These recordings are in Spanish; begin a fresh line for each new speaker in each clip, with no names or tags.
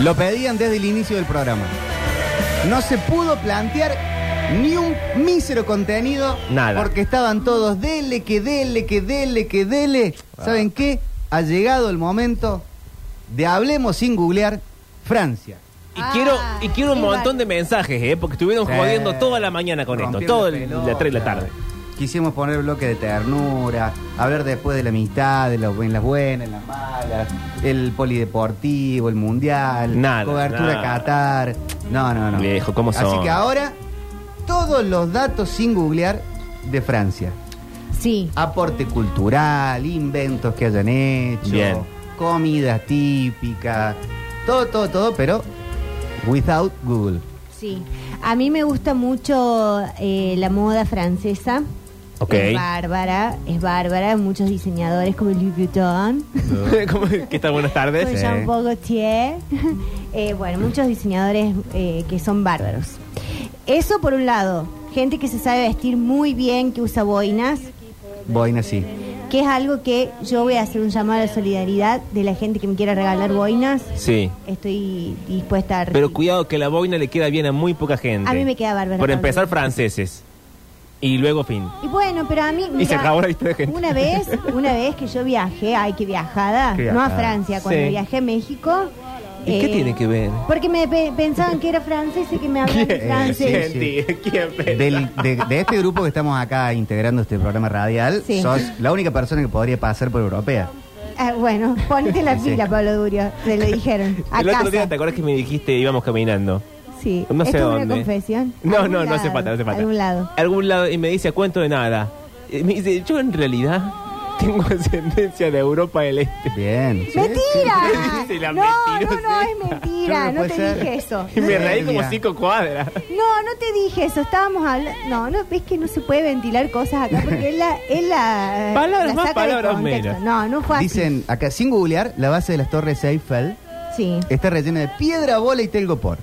Lo pedían desde el inicio del programa. No se pudo plantear ni un mísero contenido.
Nada.
Porque estaban todos, dele, que dele, que dele, que dele.
Ah.
¿Saben qué? Ha llegado el momento de hablemos sin googlear Francia.
Y
Ah,
quiero, y quiero un
igual.
montón de mensajes, ¿eh? Porque estuvieron
Sí.
jodiendo toda la mañana con esto.
Rompiendo
Todo el,
pelota.
la 3 de la tarde.
Quisimos poner bloque de ternura, hablar después de la amistad, de las, en las buenas, en las malas, el polideportivo, el mundial,
Nada,
cobertura
nada.
Qatar. No, no, no.
Viejo, ¿cómo
Así
son?
que ahora, todos los datos sin googlear de Francia.
Sí.
Aporte cultural, inventos que hayan hecho,
Bien.
comidas típicas, todo, todo, todo, pero without Google.
Sí, a mí me gusta mucho eh, la moda francesa.
Ok.
Es bárbara, es bárbara. Muchos diseñadores como Louis Vuitton,
¿Cómo- ¿Qué tal? Buenas
como
tardes.
Sí.
Jean Paul Gaultier. Eh, bueno, muchos diseñadores eh, que son bárbaros. Eso por un lado, gente que se sabe vestir muy bien, que usa boinas,
Boina sí.
que es algo que yo voy a hacer un llamado a la solidaridad de la gente que me quiera regalar boinas.
Sí.
Estoy dispuesta a...
Pero cuidado que la boina le queda bien a muy poca gente.
A mí me queda bárbara
Por
también.
empezar, franceses. Y luego fin.
Y bueno, pero a mí.
Y se acabó la lista de gente.
Una vez, una vez que yo viajé, ay, que viajada,
Qué
no a
viajada.
Francia, cuando
Sí.
viajé a México. eh,
¿Y qué tiene que ver?
Porque me pe- pensaban que era francés y que me hablaban en
¿Quién?
francés.
Eh, Sí,
¿Quién? ¿Quién?
Del- de, de este grupo que estamos acá integrando este programa radial,
Sí.
sos la única persona que podría pasar por europea.
Ah, bueno, ponte la
Sí.
pila, Pablo Durio, se lo dijeron. A
El otro día,
casa.
¿te acuerdas que me dijiste íbamos caminando?
Sí.
No sé
¿Esto es
dónde.
una confesión?
No,
Algún
no, no hace
lado,
falta, no hace falta.
Algún lado.
Algún lado, y me dice, a cuento de nada. Y me dice, yo en realidad tengo ascendencia de Europa del Este.
Bien. Sí,
¡Mentira!
Sí, la
no, no, no,
mentirosa.
es mentira.
No, no
No,
puede
te
ser.
dije eso.
Y me reí como
Nervia.
cinco cuadras.
No, no te dije eso, estábamos hablando... No, no, ves que no se puede ventilar cosas acá porque él la... Él la
Palabras
la
más,
saca de
palabras
contexto.
menos.
No, no fue así.
Dicen acá, sin googlear, la base de las torres Eiffel
Sí.
está rellena de piedra, bola y telgopor.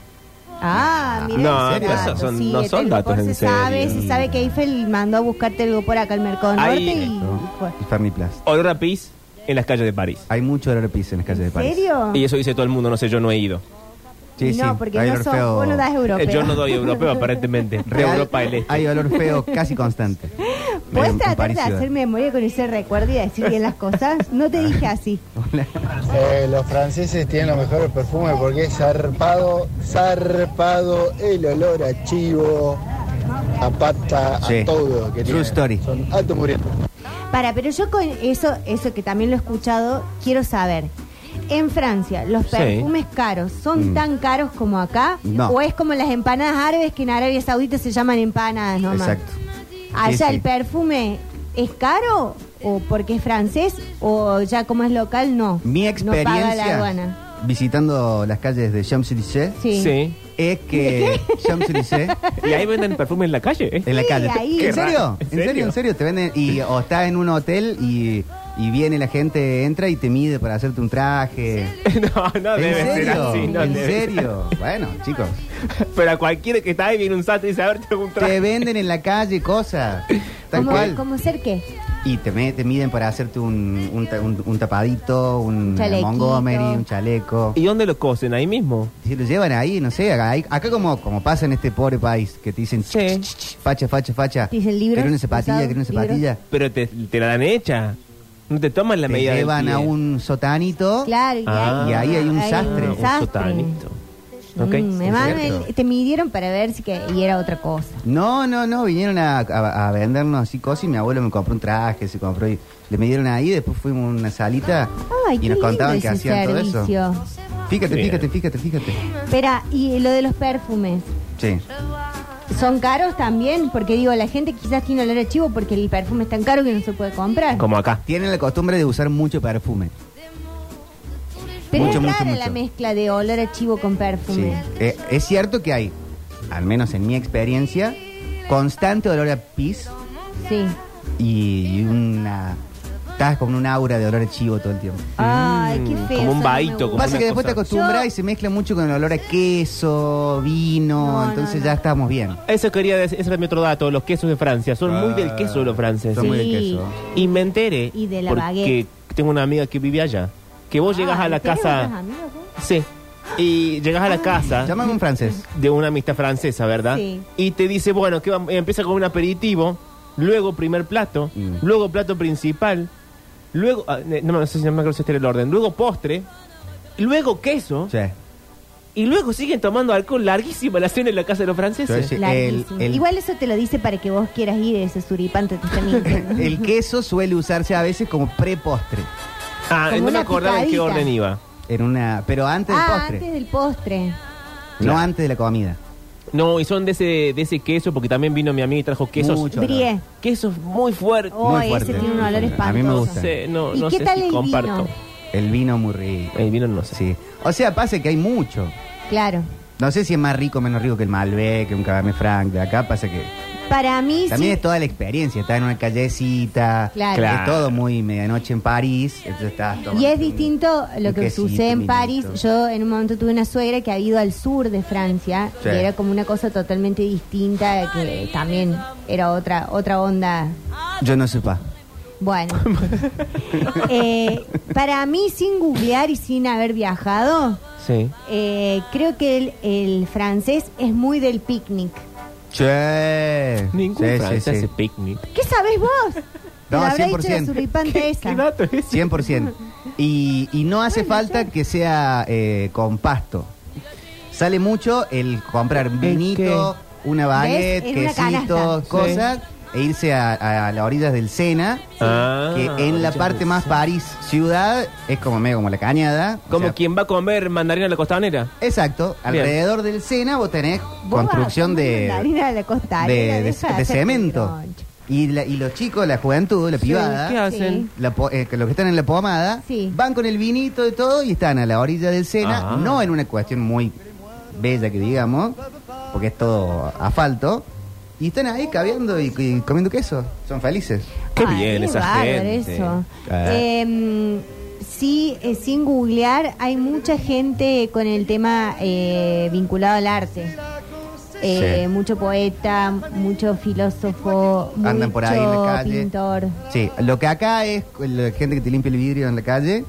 Ah, mira.
No,
ese
pero
dato,
esos son-
sí,
no
el
son
Telgopor
datos en
se sabe,
serio.
se sabe que Eiffel mandó a buscarte algo por acá al Mercado Norte
Ahí-
y... y fue.
Y Fermiplas.
Olor a pis en las calles de París.
Hay mucho olor a pis en las calles de
¿En
París.
serio?
Y eso dice todo el mundo, no sé, yo no he ido.
Sí,
no,
sí,
porque
hay
no
olor
sos,
feo.
vos no das europeo.
Eh, Yo no doy europeo, aparentemente. De
Real,
Europa del Este.
Hay olor feo casi constante. En-
¿Puedes
en
tratar
París
de
ciudad.
hacer memoria con ese recuerdo y decir bien las cosas? No te dije así.
Hola.
Eh, los franceses tienen los mejores perfumes porque es zarpado, zarpado el olor a chivo, a pata,
Sí.
a todo.
True
Que tienen.
story.
Son alto muriendo.
Para, pero yo con eso, eso que también lo he escuchado, quiero saber. En Francia, ¿los
Sí.
perfumes caros son tan caros como acá?
Mm. No.
¿O es como las empanadas árabes que en Arabia Saudita se llaman empanadas nomás?
Exacto.
Allá
Sí, sí.
el perfume es caro o porque es francés o ya como es local no.
Mi
No paga la
experiencia
aduana.
visitando las calles de Champs-Élysées
Sí.
Sí.
es que Champs-Élysées
Y ahí venden perfume en la calle, ¿eh?
En la
Sí,
calle.
ahí.
¿En
Qué
serio?
raro.
¿En
¿En
serio?
serio?
¿En serio? Te venden y o estás en un hotel y, y viene la gente, entra y te mide para hacerte un traje.
No, no
¿En
debe ser
serio?
así. No
¿En
debe ser.
serio? Bueno, chicos,
Pero a cualquiera que está ahí viene un salto y dice, a ver, te hago un
te
traje.
venden en la calle cosas, tal
¿Cómo,
cual.
cómo ser qué?
Y te, me- te miden para hacerte un, un, ta- un- un tapadito, un
Chalequito.
Montgomery, un chaleco.
¿Y dónde lo cosen? Ahí mismo.
Y se lo llevan ahí, no sé, acá, ahí- acá como, como pasa en este pobre país, que te dicen
Sí.
ch, ch, ch, facha, facha, facha.
Dicen libros,
Quiero una zapatilla,
usados,
quiero una
libros.
zapatilla.
Pero te, te la dan hecha. No te toman la
Te
medida del
llevan a
pie.
un sotanito.
Claro, y,
Ah.
Y ahí hay un sastre.
Ah, un
sastre.
sotanito. Ok,
Mm,
es
Emanuel,
cierto.
te midieron para ver si que, y era otra cosa.
No, no, no, vinieron a, a- a vendernos así cosas y mi abuelo me compró un traje, se compró y le midieron ahí, después fuimos a una salita
Ay,
y
qué
nos contaban
lindo
que
ese
hacían todo eso.
servicio.
Fíjate,
Bien.
fíjate, fíjate, fíjate.
Espera, y lo de los perfumes,
Sí.
¿son caros también? Porque digo, la gente quizás tiene olor a chivo porque el perfume es tan caro que no se puede comprar.
Como acá.
Tienen la costumbre de usar mucho perfume.
Pero
Mucho,
es
mucho,
rara
mucho.
la mezcla de olor a chivo con
Sí.
perfume.
Eh, es cierto que hay, al menos en mi experiencia, constante olor a pis
Sí.
y, y una... Estás con un aura de olor a chivo todo el tiempo.
Ay,
Mm,
qué feo.
como un
eso no me
vaíto,
gusta.
Como
Pasa
una
que después te
cosa-
acostumbras
Yo-
y se mezcla mucho con el olor a queso, vino,
No, no,
entonces
no.
ya estamos bien.
Eso quería decir, ese era mi otro dato. Los quesos de Francia son muy del queso de los franceses.
Ah, Son muy del
Sí.
queso.
Y me enteré.
Y de la
porque
baguette. Ah,
tengo una amiga que vive allá. Que vos llegas
Ay,
a la
¿tenés
casa.
otros amigos vos?
Sí. Y llegas a la casa
Llámame un francés.
de una amistad francesa, ¿verdad?
Sí.
Y te dice, bueno, que empieza con un aperitivo, luego primer plato,
Mm.
luego plato principal, luego, ah, ne- no, no sé si no me acuerdo si este era el orden, luego postre, luego queso,
Sí.
y luego siguen tomando alcohol larguísima la cena en la casa de los franceses.
Sí, el-
Larguísimo.
el-
Igual eso te lo dice para que vos quieras ir ese suripante te está mintiendo.
El queso suele usarse a veces como prepostre.
Ah,
Como
no me
una
acordaba en qué
picadita.
orden iba.
En una, pero antes del
ah,
postre,
antes del postre.
no antes de la comida.
No, y son de ese, de ese queso, porque también vino mi amiga y trajo quesos.
Mucho. olor.
Brie.
Quesos muy fuertes.
Oh,
Muy
ese
fuerte.
tiene un olor espantoso.
A mí me
No
gusta.
sé, no,
¿Y
no
qué
sé
tal
si
el
comparto.
vino?
El vino muy rico.
El vino no sé.
Sí. O sea, pasa que hay mucho.
Claro.
No sé si es más rico o menos rico que el Malbec, que un Cabernet Franc. De acá pasa que
Para mí
también
sí.
es toda la experiencia. Está en una callecita.
Claro.
Es
Claro.
todo muy medianoche en París. Entonces estás
Y
tomando
es
un-
distinto lo
un
que
quesito,
sucede en
un
París.
vinito.
Yo en un momento tuve una suegra que ha ido al sur de Francia,
Sí.
que era como una cosa totalmente distinta, que también era otra otra onda.
Yo no sepa.
Bueno, Eh, para mí sin googlear y sin haber viajado,
Sí.
eh, creo que el, el francés es muy del picnic.
Che.
Ningún
Sí, sí,
francés hace
sí.
picnic.
¿Qué sabés vos? Te
No,
lo habrá dicho
100%.
la suripanta esa.
¿Qué dato es ese?
100%. Y, y no hace falta que sea eh, con pasto. Sale mucho el comprar vinito, una baguette,
En una
quesitos,
canasta.
cosas, e irse a, a las orillas del Sena,
Ah,
que en la
ya
parte más
sé.
París ciudad es como medio como la cañada. o
Como
sea,
quien va a comer mandarina a la costanera.
Exacto,
Bien.
alrededor del Sena vos tenés
Vos
construcción
vas a
de,
comer mandarina a la
de,
costanera,
de-
deja de
de
hacerte
cemento.
groncho.
Y, la- y los chicos, la juventud, la privada
¿Qué hacen?
la po- eh, que los que están en la pomada
Sí.
van con el vinito y todo y están a la orilla del Sena,
Ah.
no en una cuestión muy bella que digamos, porque es todo asfalto, y están ahí caviando y, y comiendo queso, son felices.
Qué
Ay,
bien
qué
esa
bárbaro
gente.
eso.
Ah.
Em, sí, eh, sin googlear, hay mucha gente con el tema eh, vinculado al arte. Eh,
Sí.
Mucho poeta, mucho filósofo,
Andan por ahí en la
mucho
calle.
pintor.
Sí, lo que acá es la gente que te limpia el vidrio en la calle,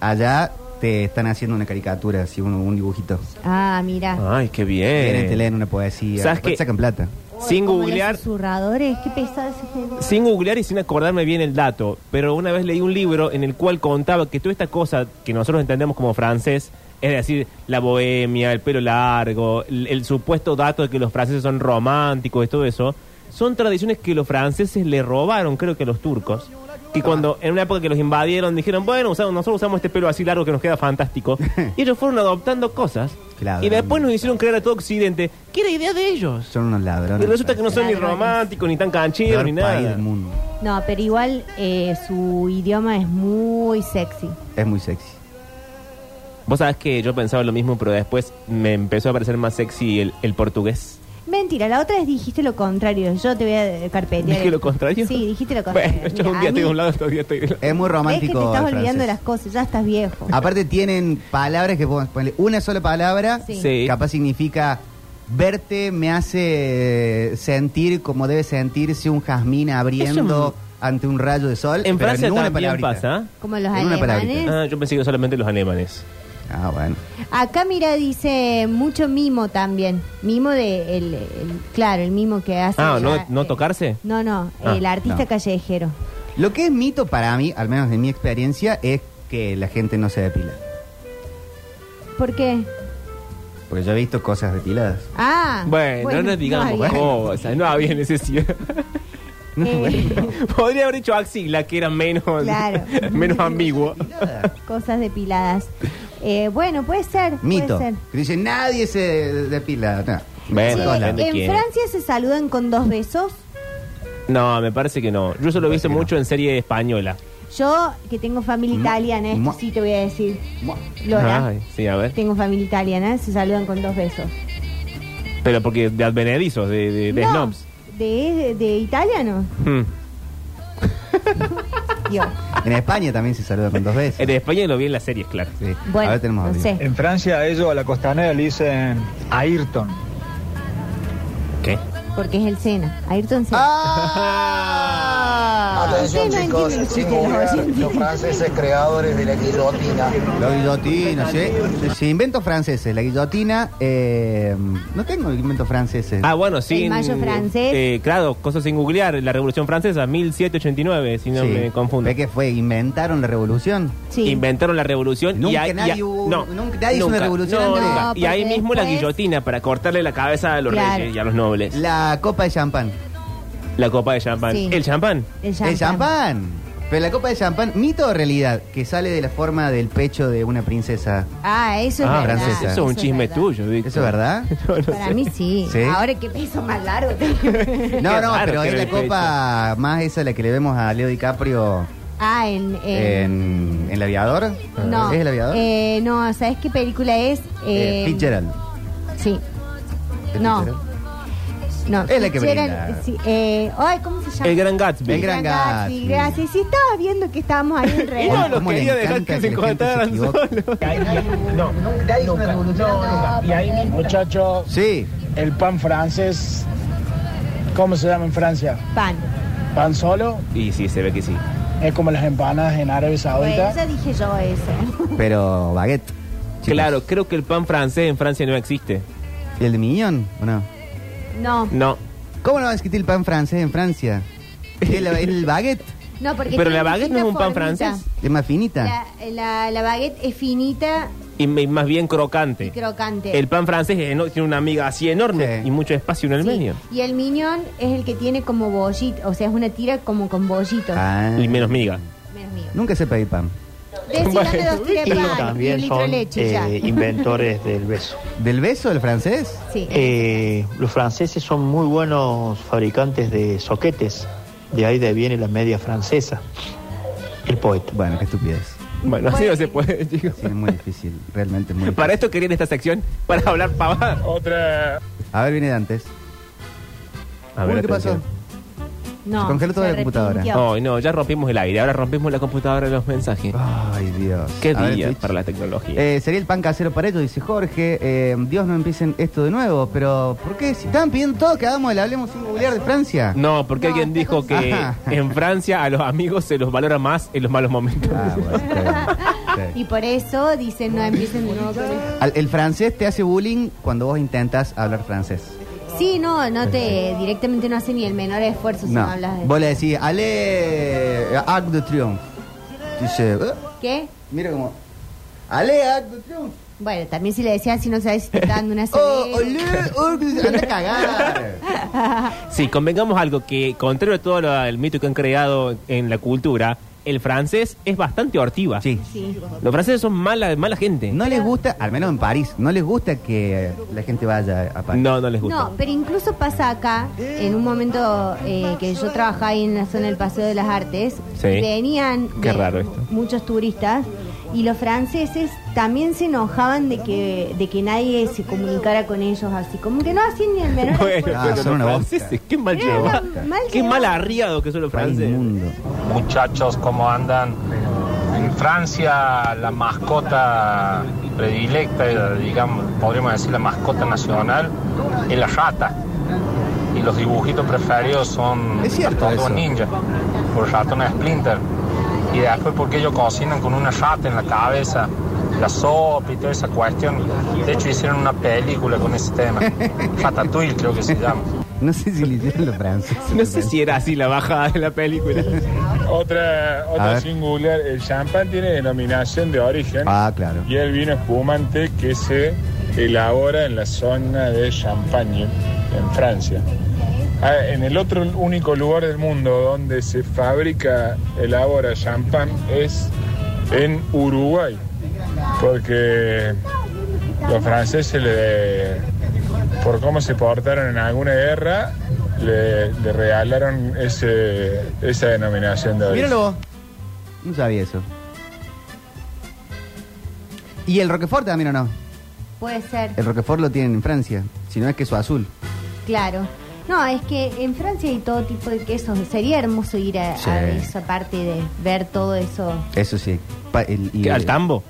allá te están haciendo una caricatura, así un, un dibujito.
Ah, mira.
Ay, qué
Vienen, te
bien.
leen una poesía,
¿Sabes
después
qué?
sacan plata.
Sin
Como los
googlear,
susurradores, qué pesado esa gente.
sin googlear y sin acordarme bien el dato, pero una vez leí un libro en el cual contaba que toda esta cosa que nosotros entendemos como francés, es decir, la bohemia, el pelo largo, el, el supuesto dato de que los franceses son románticos y todo eso, son tradiciones que los franceses le robaron, creo que a los turcos. Que cuando, en una época que los invadieron, dijeron, bueno, usamos- nosotros usamos este pelo así largo que nos queda fantástico. Y ellos fueron adoptando cosas.
Claro.
y después nos hicieron creer a todo Occidente. ¿Qué era idea de ellos?
Son unos
Y
ladrones.
resulta que no son ni
Ladrones.
románticos, ni tan cancheros,
Peor
ni
país
nada.
del mundo.
No, pero igual eh, su idioma es muy sexy.
Es muy sexy.
Vos sabés que yo pensaba lo mismo, pero después me empezó a parecer más sexy el, el portugués.
Mentira, la otra vez dijiste lo contrario. Yo te voy a eh, carpetear.
¿Dije lo contrario?
Sí, dijiste lo contrario.
Bueno, yo
Mira,
un
a
día estoy de
mí-
un lado, otro día estoy del otro.
Es muy
Ves que
romántico.
te estás
el
olvidando de
francés.
las cosas, ya estás viejo.
Aparte tienen palabras que podemos ponerle una sola palabra,
Sí.
Sí.
capaz significa verte me hace eh, sentir como debe sentirse un jazmín abriendo ante un rayo de sol.
En
pero
Francia
una
también
palabrita.
pasa.
Como los
En una
alemanes.
palabrita.
Ah, yo pensé que solamente los alemanes.
Ah, bueno.
Acá mira dice mucho mimo también. Mimo de el, el- claro, el mimo que hace.
Ah,
la-
¿no- no tocarse?
No, no,
Ah,
el artista
no.
callejero.
Lo que es mito para mí, al menos de mi experiencia, es que la gente no se depila.
¿Por qué?
Porque yo he visto cosas depiladas.
Ah.
Bueno, no nos digamos
había.
cosas, no había necesidad.
Eh,
Podría haber dicho axila, que era menos,
Claro.
menos ambiguo.
cosas depiladas. Eh, bueno, puede ser.
Mito.
Puede ser.
Que dice, nadie se depila. No.
Bueno,
Sí,
Che,
hola. depende
en
quién.
Francia se saludan con dos besos.
No, me parece que no. Yo solo he
Me
visto
parece que
mucho en serie española.
Yo, que tengo familia
Mu-
italiana, esto
mu-
sí te voy a decir.
Mua.
Lola.
Mm, Ay, sí, a ver.
Tengo familia italiana, se saludan con dos besos.
Pero porque de advenedizos, de, de, de
No,
snobs.
De, de italiano.
Hmm.
Dios.
En España también se saluda con dos veces.
En España lo vi en las series, claro.
Sí.
Bueno,
Ahora tenemos
no
audio.
sé.
En Francia ellos a la costanera le dicen Ayrton.
¿Qué?
porque es el Sena. Ayrton Senna.
¡Ah!
Atención
Ustedes no
chicos,
entienden lo que
sin
quieren los
googlear,
oyentes.
los franceses creadores de la guillotina.
La guillotina, sí. Sí, inventos franceses. La guillotina, eh, no tengo inventos franceses.
Ah, bueno, sí.
mayo francés.
eh, claro, cosas sin googlear. La Revolución Francesa, 1789, si no
Sí.
me confundo.
¿Ve que fue? Inventaron la revolución.
Sí.
Inventaron la revolución
Nunca
y ahí, y
nadie
ahí-
hubo- nunca nadie hizo una revolución
no,
antes.
nunca.
No,
y ahí
porque
mismo la
después-
guillotina para cortarle la cabeza a los
Claro.
reyes y a los nobles. La,
La copa de champán.
copa de champán.
Sí.
El champán.
El champán.
El champán. Pero la copa de champán, mito o realidad, que sale de la forma del pecho de una princesa.
Ah, eso es
Ah,
verdad.
francesa.
Eso es un chisme
verdad.
tuyo, Víctor.
¿Eso es verdad?
Yo no
Para
sé.
mí sí.
¿Sí?
Ahora que peso más largo. tengo.
No, no,
raro
pero
que
es
era
la
el pecho.
copa más esa la que le vemos a Leo DiCaprio
ah, en...
Eh,
en-
en, en El Aviador.
No.
¿Es El Aviador?
Eh, no, ¿sabes qué película es?
Eh,
Eh,
Fitzgerald.
Sí.
¿Es
No.
Fitzgerald?
No,
Es la que
Fitzgerald,
brinda.
sí, eh, ay, ¿cómo se llama?
El gran Gatsby.
El Gran Gatsby.
Gatsby, Gracias. Sí, estaba viendo que estábamos ahí en
Y
red.
no los
¿Cómo le
quería dejar
encanta
que se
que la gente se
cortaran
equivoque?
solos. No, Y ahí mismo.
Muchachos,
Sí.
el pan francés, ¿cómo se llama en Francia?
Pan.
¿Pan solo?
Y sí, se ve que sí.
Es como las empanadas en Arabia
Bueno,
Saudita.
ya dije yo eso.
Pero baguette. chicos.
Claro, creo que el pan francés en Francia no existe.
¿Y el de Millón? ¿O no?
No,
No.
¿Cómo no va a existir el pan francés en Francia? ¿El, el baguette?
no, porque.
Pero
tiene
la baguette no es un
distinta
pan
formita.
francés.
¿Es más finita?
La, la- la baguette es finita
Y me- más bien crocante.
y crocante.
El pan francés es eno- tiene una amiga así enorme
Sí.
y mucho espacio en el
Sí.
medio.
Y el mignon es el que tiene como bollito, o sea, es una tira como con bollitos.
Ah.
Y menos miga.
Menos mío.
Nunca se pedí pan.
Decídame dos tiras
Y
de pan, y un
también
litro de
son
leche ya.
eh, inventores del beso.
¿Del beso del francés?
Sí.
Eh, los franceses son muy buenos fabricantes de soquetes. De ahí de viene la media francesa. El poeta.
Bueno, qué estupidez.
Bueno, así
Bueno.
no se puede, chicos.
Sí, es muy difícil, realmente muy
Para
difícil.
esto querían esta sección, para hablar pavada.
Otra.
A ver, viene Dantes.
A ver,
Uy, ¿Qué pasó?
atención.
No,
se congeló toda
se
la computadora.
arrepintió.
Ay, no, ya rompimos el aire, ahora rompimos la computadora de los mensajes.
Ay, Dios.
Qué
A ver,
día
Twitch.
para la tecnología.
Eh, sería el pan casero para ellos, dice Jorge. Eh, Dios no empiecen esto de nuevo, pero ¿por qué? Si estaban pidiendo todo que hagamos el hablemos sin googlear de Francia.
no, porque
No,
alguien
está
dijo
con-
que
Ajá.
en Francia a los amigos se los valora más en los malos momentos.
Ah, bueno, está bien, sí.
Y por eso dicen no empiecen de nuevo con el-
Al- El francés te hace bullying cuando vos intentas hablar francés.
Sí, no, no te directamente no hace ni el menor esfuerzo si no
No,
hablas de
vos le decís, ale, acte de triomphe. Dice, "Eh,
¿Qué?
mira como, ale, acte de triomphe.
Bueno, también si le decías si no sabes si te está dando una
Oh,
serie.
olé, olé, anda a cagar.
Sí, convengamos algo que, contrario a todo lo- el mito que han creado en la cultura, el francés es bastante hortiva.
Sí.
Sí.
Los franceses son mala, mala gente.
No les gusta, al menos en París, no les gusta que eh, la gente vaya a París.
No, no les gusta.
No, pero incluso pasa acá, en un momento eh, que yo trabajaba ahí en la zona del Paseo de las Artes,
Sí.
y venían
Qué
de-
raro esto.
muchos turistas y los franceses también se enojaban de que, de que nadie se comunicara con ellos así, como que no hacían ni el menor
Bueno,
esfuerzo.
Ah,
pero
son
los
una
franceses,
bosta.
qué mal
Mira,
llevado.
tan mal
Qué
llevado.
mal arriado que son los
País
franceses.
mundo.
Muchachos, ¿cómo andan? En Francia, la mascota predilecta, digamos, podríamos decir la mascota nacional, es la rata. Y los dibujitos preferidos son
Es cierto
las tortugas
eso.
ninja, por ratón Splinter. Y después porque ellos cocinan con una rata en la cabeza, la sopa y toda esa cuestión. De hecho hicieron una película con ese tema. Ratatouille creo que se llama.
No sé si le hicieron los franceses.
No sé si era así la bajada de la película.
Otra,
A ver.
otra singular, el champán tiene denominación de origen
Ah, claro.
y el vino espumante que se elabora en la zona de Champagne, en Francia. Ah, en el otro único lugar del mundo donde se fabrica, elabora champán es en Uruguay, porque los franceses le, por cómo se portaron en alguna guerra, le, le regalaron ese, esa denominación de origen.
Míralo vos. No sabía eso. ¿Y el Roquefort también o no?
Puede ser.
El Roquefort lo tienen en Francia, si no es queso azul.
Claro. No, es que en Francia hay todo tipo de quesos. Sería hermoso ir a, a
Sí.
esa parte de ver todo eso.
Eso sí. Pa- el- y-
¿Al tambo?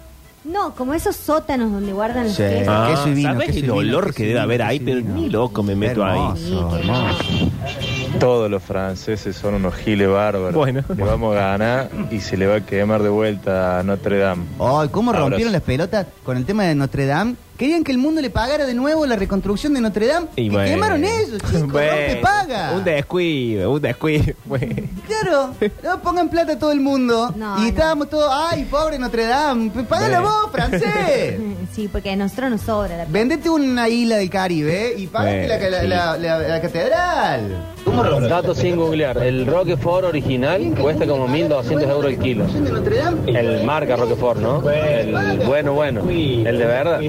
No, como esos sótanos donde guardan los
Sí.
quesos.
Ah,
¿Sabes
queso y vino, queso y
el
vino,
olor
queso
que
y
debe
vino,
haber
queso
ahí?
y
Pero
vino.
ni loco me meto ahí.
Hermoso,
Sí, qué
hermoso.
Todos los franceses son unos giles bárbaros.
Bueno.
Le vamos a ganar y se le va a quemar de vuelta a Notre Dame.
Ay, ¿cómo
Abrazo.
rompieron las pelotas con el tema de Notre Dame? Querían que el mundo le pagara de nuevo la reconstrucción de Notre Dame.
Y
Y
bueno.
quemaron eso, chicos. no te
Bueno,
paga.
Un descuido, un descuido. bueno.
Claro, no pongan plata a todo el mundo.
No,
y
no.
estábamos todos, ay, pobre Notre Dame, p- págala
Bueno.
vos, francés.
Sí, porque a nosotros nos sobra la
Vendete una isla del Caribe ¿eh? y pagate
Bueno,
la,
sí.
la- la- la- la catedral. ¿Cómo
Dato sin googlear, el Roquefort original cuesta como 1.200 euros el kilo.
de Notre Dame?
El marca Roquefort, ¿no? El bueno, bueno, el de verdad.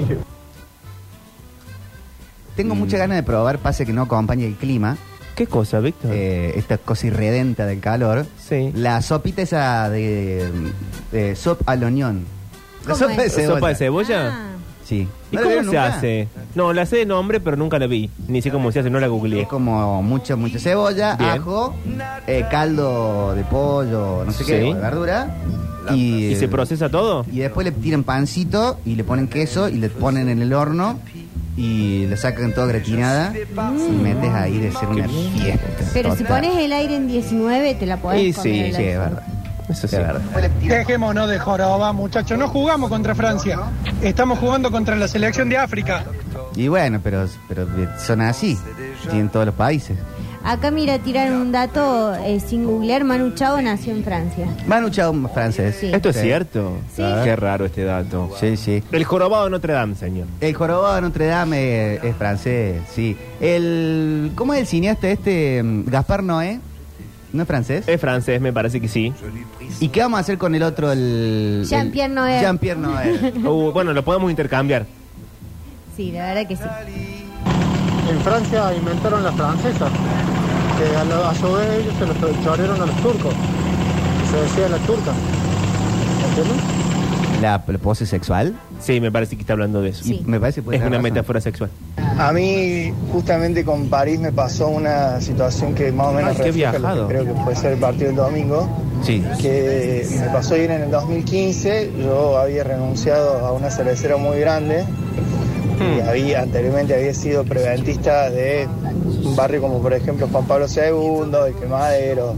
Tengo muchas ganas de probar, pase que no acompañe el clima,
Mm. ¿Qué cosa, Víctor?
eh, esta cosa irredenta del calor.
Sí.
La sopita esa de, de sop al oñón. La
¿Cómo
sopa de
es?
cebolla.
¿Sopa de cebolla?
Ah,
Sí.
¿Y
¿No la
cómo
vieron
se
nunca?
hace? No, la sé de nombre, pero nunca la vi. Ni sé cómo se hace, no la googleé.
Es como mucha, mucha cebolla,
Bien.
ajo, eh, caldo de pollo, no sé qué,
Sí.
o de verdura. Y,
¿Y se procesa todo?
Y después le tiran pancito y le ponen queso y le ponen en el horno y le sacan todo gratinada. Y metes ahí de ser una fiesta.
pero si
total.
pones el aire en 19, te la podés
Y
comer.
sí,
Sí, es verdad.
Eso sí.
Es verdad.
Dejémonos de joroba, muchachos. No jugamos contra Francia. Estamos jugando contra la selección de África.
Y bueno, pero, pero son así. Tienen todos los países.
Acá, mira, tiran un dato eh, sin googlear. Manu Chao nació en Francia.
Manu Chao, francés.
Sí.
¿Esto es
Sí.
cierto?
Sí.
Qué raro este dato.
Sí, sí.
El jorobado de Notre Dame, señor.
El jorobado de Notre Dame es, es francés, sí. El, ¿Cómo es el cineasta este? mm, Gaspar Noé. ¿No es francés?
Es francés, me parece que sí.
¿Y qué vamos a hacer con el otro? El,
Jean-Pierre
el-
Noé.
Jean-Pierre Noé.
Uh, bueno, lo podemos intercambiar.
Sí, la verdad que sí.
En Francia inventaron las francesas, que a, la- a su vez ellos se los chorearon a los turcos. que Se decía las turcas. ¿Entiendes?
La p- pose sexual.
Sí, me parece que está hablando de eso.
Sí.
Me parece que puede
Es una
tener razón.
metáfora sexual.
A mí, justamente con París, me pasó una situación que más o menos
Ay, qué
refleja lo que
viajado.
creo que puede ser el partido del domingo.
Sí.
Que me pasó bien en el 2015. Yo había renunciado a una cervecera muy grande. Y había, anteriormente había sido preventista de un barrio como, por ejemplo, Juan Pablo II, El Quemadero,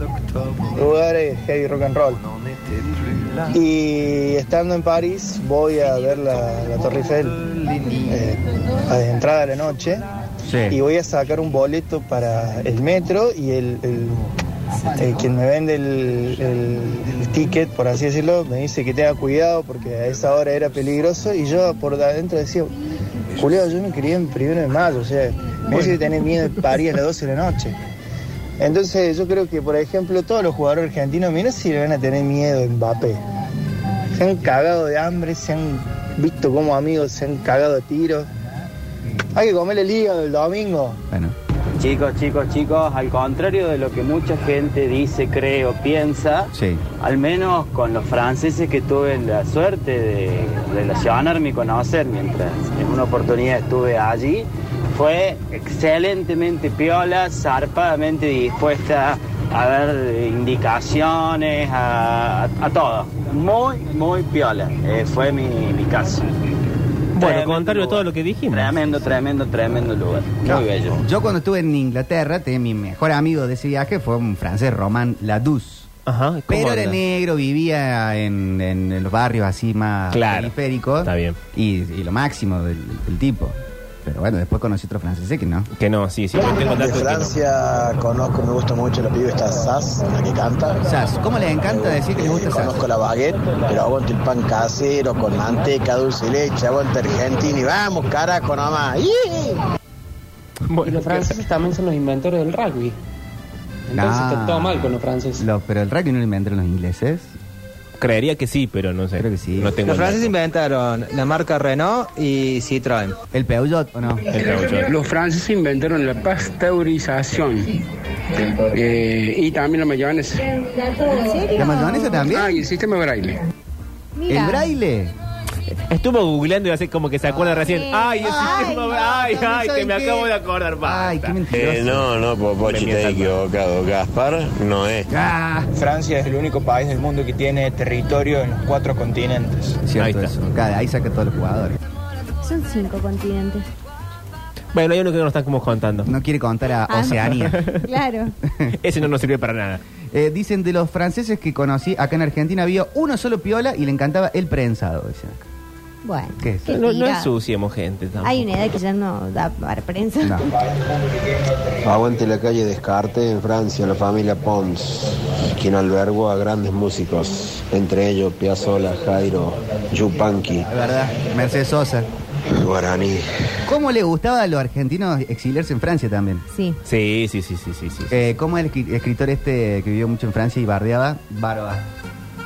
lugares heavy rock and roll. Y estando en París, voy a ver la, la Torre Eiffel eh, a la entrada de la noche y voy a sacar un boleto para el metro y el, el- eh, quien me vende el, el- el ticket, por así decirlo, me dice que tenga cuidado porque a esa hora era peligroso y yo por adentro decía, Julio, yo me crié en primero de mayo, o sea, me dice que tenés miedo de París a las 12 de la noche. Entonces yo creo que, por ejemplo, todos los jugadores argentinos, mira si le van a tener miedo a Mbappé. Se han cagado de hambre, se han visto como amigos, se han cagado de tiros. Hay que comer el hígado el domingo.
Bueno.
Chicos, chicos, chicos, al contrario de lo que mucha gente dice, cree o piensa,
Sí.
al menos con los franceses que tuve la suerte de relacionarme y conocer mientras en una oportunidad estuve allí, fue excelentemente piola, zarpadamente dispuesta a ver indicaciones, a, a- a todo. Muy, muy piola. Eh, fue mi, mi caso.
Bueno, contrario a todo lo que dijimos.
Tremendo, tremendo, tremendo lugar. Muy
No,
bello.
Yo cuando estuve en Inglaterra, tenía mi mejor amigo de ese viaje, fue un francés, Román Laduce.
Ajá. ¿cómo
Pero
anda?
era negro, vivía en, en los barrios así más
Claro.
periféricos.
Está bien.
Y, y lo máximo del, del tipo. Pero bueno, después conocí otro francés que no.
Que no, sí, sí. Tengo el
De
dato de que no.
Francia conozco, me gusta mucho la piba esta Sass, la que canta.
Sass, ¿cómo le encanta decir que le gusta
Eh,
Sass?
Conozco la baguette, pero aguanto el pan casero con manteca, dulce y leche, aguanto Argentina y vamos, carajo nomás. ¡Yee!
Y los franceses también son los inventores del rugby. Entonces
Nah.
está todo mal con los franceses.
Lo- pero el rugby no lo inventaron los ingleses.
Creería que sí, pero no sé.
Creo que sí.
No tengo el dato.
inventaron la marca Renault y Citroën.
El Peugeot, ¿o no?
El gaucho.
Los franceses inventaron la pasteurización eh, y también la mayonesa.
¿En serio?
¿La mayonesa también?
Ah, y el sistema braille.
Mira,
¿El braille?
Estuvo googleando y así como que se acuerda recién.
Sí.
Ay, el
Ay,
sistema-
no,
ay,
también
ay, que
saben
me
qué.
acabo de acordar. basta.
Ay, qué
Eh,
mentiroso.
no, no, Popochi, te
Premio
has
Salva.
equivocado. Gaspar no es.
Ah,
Francia es el único país del mundo que tiene territorio en los cuatro continentes.
Ahí
cierto
está.
eso. Claro, ahí saca todos los jugadores.
Son cinco continentes.
Bueno, hay uno que no están como contando.
No quiere contar a
Ah.
Oceanía.
Claro.
Ese no nos sirve para nada.
Eh, dicen de los franceses que conocí, acá en Argentina había uno solo piola y le encantaba el prensado. decían.
Bueno.
¿Qué es?
qué
No, no
tira.
ensuciemos gente tampoco.
Ah. Hay una edad que ya no da para prensa.
No.
Aguante la calle Descartes en Francia, la familia Pons, quien albergó a grandes músicos, entre ellos Piazzolla, Jairo, Yupanqui,
Es verdad, Mercedes Sosa.
Guaraní.
¿Cómo le gustaba a los argentinos exiliarse en Francia también?
Sí.
Sí, sí, sí, sí, sí. sí.
Eh, ¿Cómo el escri- escritor este que vivió mucho en Francia y bardeaba? Barba.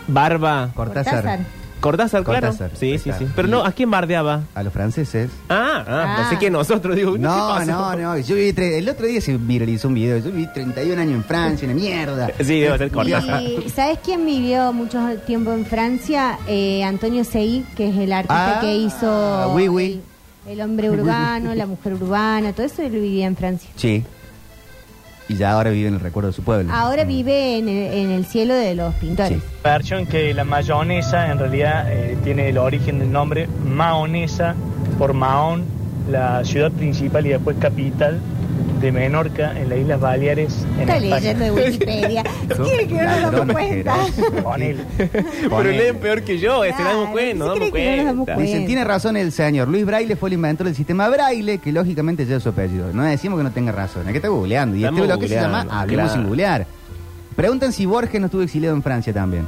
Barba.
Cortázar.
Cortázar.
Cortázar, claro.
Cortázar,
Sí,
ahí
sí,
está.
sí. Pero no, ¿a quién bardeaba?
A los franceses.
Ah, ah,
Ah.
pensé que nosotros, digo. ¿qué
No,
pasó?
no, no. Yo viví tre- el otro día se viralizó un video. Yo viví 31 años en Francia, una mierda.
Sí, debe ser Cortázar.
Y eh, ¿sabes quién vivió mucho tiempo en Francia? Eh, Antonio Sey, que es el artista
Ah,
que hizo eh,
oui, oui.
El, el hombre urbano, la mujer urbana, todo eso él vivía en Francia.
Sí. Y ya ahora vive en el recuerdo de su pueblo.
Ahora vive en el, en el cielo de los pintores.
Mm. Sí.
versión que la mayonesa en realidad eh, tiene el origen del nombre Maonesa por Mahón, la ciudad principal y después capital de Menorca en las Islas Baleares en
Está
España.
leyendo de Wikipedia. Tiene que ver con
Ladrones,
la cuenta.
generosos.
Ponele.
Pero leen peor que yo, eh, se
Claro,
damos cuenta, nos
¿qué cree
damos
que no nos damos
cuenta.
cuenta?
Dicen, tiene razón el señor. Luis Braille fue el inventor del sistema Braille, que lógicamente lleva su apellido. No decimos que no tenga razón, es que está googleando. Y
Estamos
este bloque se llama
googleando,
Hablemos
claro.
sin googlear. Preguntan si Borges no estuvo exiliado en Francia también.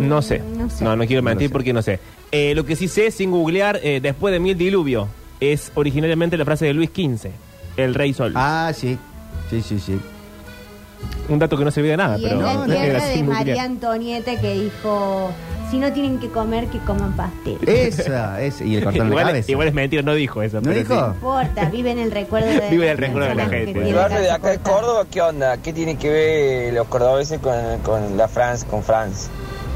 No sé.
No sé.
No, no quiero
No
mentir
sé.
porque no sé. Eh, lo que sí sé, sin googlear, eh, después de mí el diluvio, es originalmente la frase de Luis XV, el rey sol.
Ah, sí. Sí, sí, sí.
Un dato que no servía de nada,
Y
pero
en
Ah, no,
la
no
tierra
era
de
sin googlear.
María Antonieta que dijo, si no tienen que comer, que coman pastel.
Esa, esa. Eh, Y el cortón de la
Igual,
cabeza.
igual es mentira, no dijo eso.
¿No
pero
dijo?
sí.
importa, vive en el recuerdo de
Vive en el recuerdo de la
personas que
gente.
tienen
El barrio de acá de
tanto
Córdoba, ¿qué onda? ¿Qué tiene que ver los cordobeses con, con la Francia, con Francia?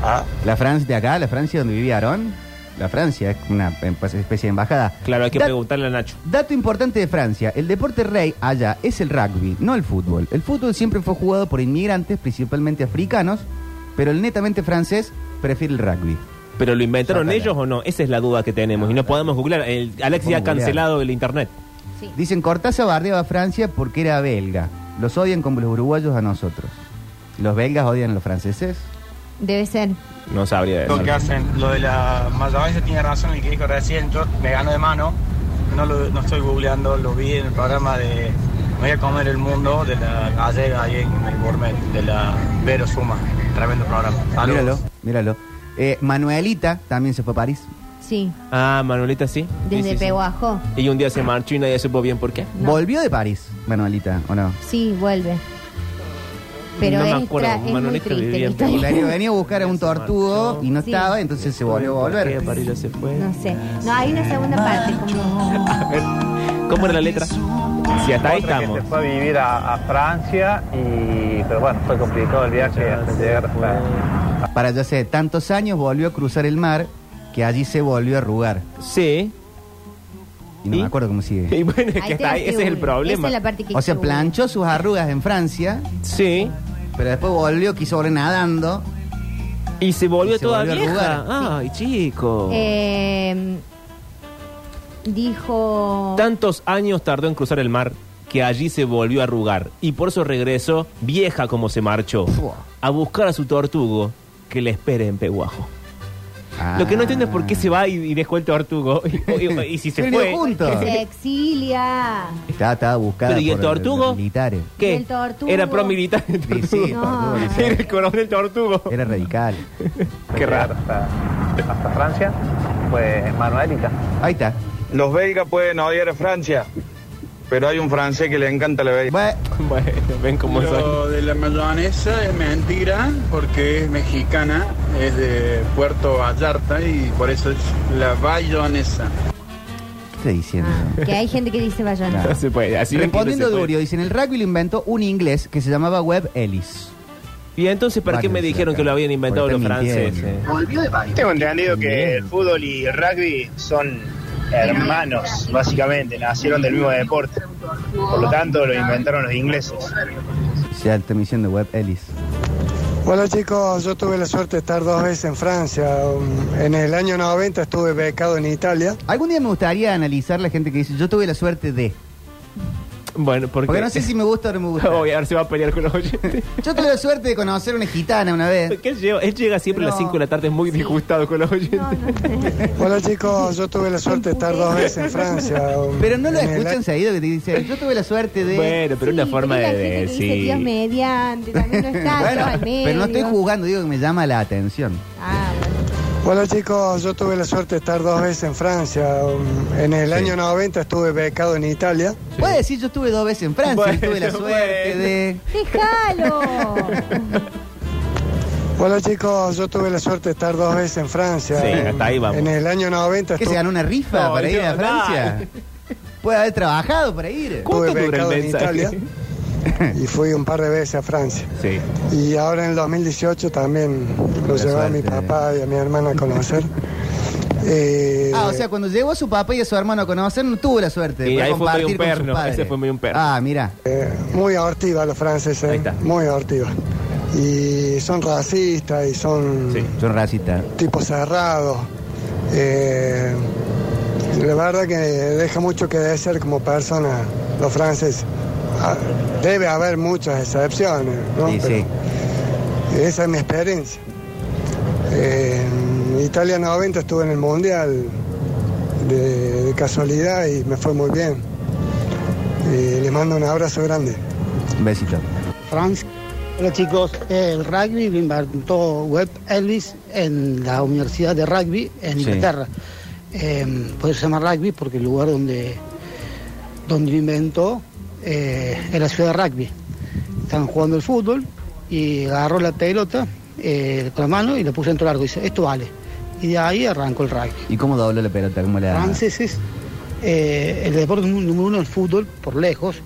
¿Ah?
La Francia de acá, la Francia donde vivía Aarón. La Francia es una em, pues, especie de embajada.
Claro, hay que
Da-
preguntarle a Nacho.
Dato importante de Francia, el deporte rey allá es el rugby, no el fútbol. El fútbol siempre fue jugado por inmigrantes, principalmente africanos, pero el netamente francés prefiere el rugby.
¿Pero lo inventaron
Ya está,
ellos o no? Esa es la duda que tenemos y no podemos googlear. El, Alexis
Podemos
ha cancelado el internet.
Sí.
Dicen Cortázar bardeaba a Francia porque era belga. Los odian como los uruguayos a nosotros. Los belgas odian a los franceses.
Debe ser.
No sabría
Lo que
decir.
hacen, lo de la mayonesa tiene razón el que dijo recién, yo me gano de mano, no, lo, no estoy googleando, lo vi en el programa de Me voy a comer el mundo de la gallega ahí en el gourmet, de la Vero Suma, tremendo programa. Saludos.
Míralo, míralo. Eh, Manuelita también se fue a París.
Sí,
Ah, Manuelita sí. Sí, sí,
desde
sí.
Peguajó.
Y un día se marchó y nadie supo bien por qué.
No.
¿Volvió de París, Manuelita, o no?
Sí, vuelve. Pero
No me
es,
acuerdo,
tra- es muy
Manolito
triste
vivía
la
en
historia.
Venía, venía a buscar a un tortugo y no
Sí.
estaba, entonces se volvió a volver.
Amarillo se fue. Eh,
No sé. No, hay una segunda parte. como-
¿Cómo era la letra? Si hasta ahí estamos.
fue a vivir a, Francia y pero bueno, fue complicado el viaje hasta llegar
Para ya hace tantos años volvió a cruzar el mar que allí se volvió a arrugar.
Sí.
Y no
¿Y?
me acuerdo cómo sigue.
Y bueno,
Ahí
es que
tenés
hasta ahí,
que
ese es el
googlear. Esa
problema.
es la parte que
O sea,
hay que googlear.
planchó sus arrugas en Francia,
Sí.
pero después volvió, quiso volver nadando.
Y se volvió
Y se
toda
volvió a
vieja.
arrugar.
Ay, chico.
Eh, dijo.
Tantos años tardó en cruzar el mar que allí se volvió a arrugar. Y por eso regresó, vieja como se marchó,
Fua.
a buscar a su tortugo que le espere en Peguajo. Lo que no entiendo es por qué se va y, y dejó el tortugo. Y, y- y si se
Pero
fue.
juntos.
Se exilia.
Estaba, estaba buscada
Pero, ¿y el
por
tortugo?
los militares.
¿Qué?
El tortugo.
Era promilitar. el
Uh. Sí, sí, el
tortugo.
tortugo,
No.
sí.
Era el coronel tortugo.
Era radical.
Qué raro.
hasta Francia, pues Manuelita.
Ahí está.
Los belgas pueden odiar a Francia, pero hay un francés que le encanta la belga.
Bueno,
Bueno, ven cómo soy.
Lo de la mayonesa es mentira porque es mexicana, es de Puerto Vallarta y por eso es la bayonesa.
¿qué está diciendo?
Ah, que hay gente que dice Bayona.
No se puede. Así ven que no
Respondiendo
se puede.
Durio, dicen, el rugby lo inventó un inglés que se llamaba Webb Ellis.
Y entonces, ¿para qué me dijeron que lo habían inventado los franceses?
Tengo entendido que el fútbol y el rugby son hermanos, básicamente, nacieron del mismo deporte. Por lo tanto, lo inventaron los ingleses.
Ya está diciendo Web Ellis.
Bueno chicos, yo tuve la suerte de estar dos veces en Francia. Um, En el año 90 estuve becado en Italia.
Algún día me gustaría analizar la gente que dice, yo tuve la suerte de...
Bueno, porque...
Porque no sé si me gusta o no me gusta.
Voy a ver si va a pelear con los oyentes.
Yo tuve la suerte de conocer una gitana una vez.
Porque él, llega, él llega siempre a las 5 de la tarde muy disgustado con los oyentes.
Bueno chicos, yo tuve la suerte de estar dos veces en Francia. Um,
Pero no lo
en el
escuchan
año-
seguido que te dicen, yo tuve la suerte de...
Bueno, pero una forma de
Que dice
decir.
Dios mediante, también no está
Bueno,
todo al medio.
pero no estoy jugando, digo que me llama la atención.
Bueno chicos, yo tuve la suerte de estar dos veces en Francia. Um, En el
Sí.
año 90 estuve becado en Italia.
Puedes decir, yo estuve dos veces en Francia, y tuve la
Bueno,
suerte
bueno.
de...
¡Déjalo!
Bueno chicos, yo tuve la suerte de estar dos veces en Francia.
Sí,
Um,
hasta ahí vamos.
En el año 90
¿Qué se ganó una rifa
No,
para ir a
no,
Francia? Puede haber trabajado para ir.
Estuve becado en Italia y fui un par de veces a Francia.
Sí.
Y ahora en el 2018 también lo
Qué
llevé a mi
suerte. eh.
papá y a mi hermana a conocer. Eh,
Ah, o sea, cuando llegó a su papá y a su hermano a conocer, no tuvo la suerte.
Y
de
ahí fue medio
compartir
un
con sus
perno,
padres.
ese fue medio un perno.
Ah, mira.
eh, muy ahortiva los franceses, muy ahortiva. Y son racistas y son
Son racistas.
tipos cerrados. Eh, la verdad que deja mucho que desear como persona los franceses. Ah, Debe haber muchas excepciones, ¿no?
Sí, sí.
Pero Esa es mi experiencia. Eh, en Italia 90 estuve en el Mundial de, de casualidad y me fue muy bien. Eh, les mando un abrazo grande.
Un besito.
Franz. Hola chicos, el rugby lo inventó Webb Ellis en la Universidad de Rugby en
Sí.
Inglaterra. Eh, por eso se llama rugby porque el lugar donde, donde lo inventó eh, era la ciudad de rugby. Estaban jugando el fútbol y agarró la pelota eh, con la mano y la puso dentro del arco y dice, esto vale. Y de ahí arrancó el rugby.
¿Y cómo dobló la pelota? ¿Cómo la...
franceses, eh, el deporte número uno es el fútbol, por lejos,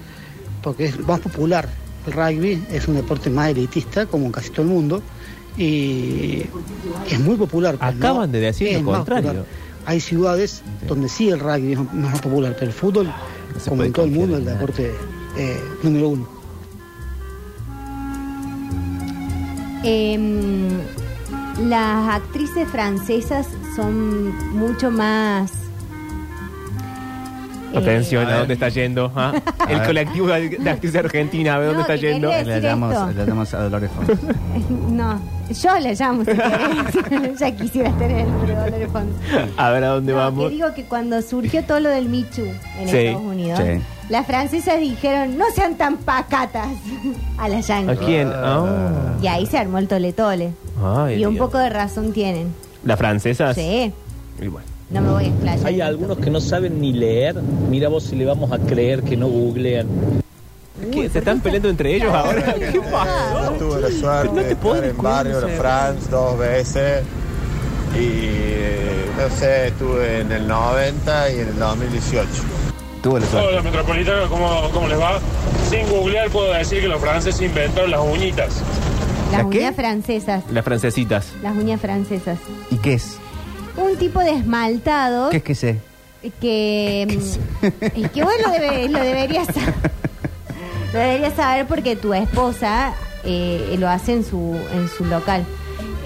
porque es más popular. El rugby es un deporte más elitista, como en casi todo el mundo, y es muy popular. pero no
Acaban de decir lo
es más
contrario.
popular. Hay ciudades donde sí el rugby es más popular, pero el fútbol, como en todo el mundo, es el deporte eh, número uno.
Em, las actrices francesas son mucho más.
Atención,
A
¿a dónde está yendo? ah?
A
El
ver.
colectivo de de actrices argentinas, ¿a ver dónde
No,
está
te
yendo?
quería decir
Le llamamos,
esto.
le llamamos a Dolores Fonsi.
No, yo la llamo si querés. ya quisiera tener el número de Dolores Fonsi.
A ver a dónde
Te
vamos.
digo que cuando surgió todo lo del Michu en
Sí,
Estados Unidos,
sí.
las francesas dijeron, no sean tan pacatas a la
¿A
yankees.
quién? Ah.
Y ahí se armó el tole tole.
Ay,
y un
Dios. Ah,
poco de razón tienen.
¿Las francesas?
Sí,
Y bueno.
no me voy a explayar.
Hay algunos que no saben ni leer. Mira vos si le vamos a creer que no googlean.
¿Qué? ¿Se están peleando entre ellos ahora? ¿Qué pasó?
Tuve la suerte de estar en barrio de France dos veces y eh, no sé, estuve en el 90 y en el 2018.
Tuve la
suerte.
Hola, Metropolitano, ¿cómo, ¿cómo les va? Sin googlear puedo decir que los franceses inventaron las uñitas.
Las uñas francesas.
Las francesitas.
Las uñas francesas.
¿Y qué es?
Un tipo de esmaltado
¿Qué es que sé?
que... Y que vos lo, debe- lo deberías saber. Lo deberías saber porque tu esposa eh, lo hace en su, en su local.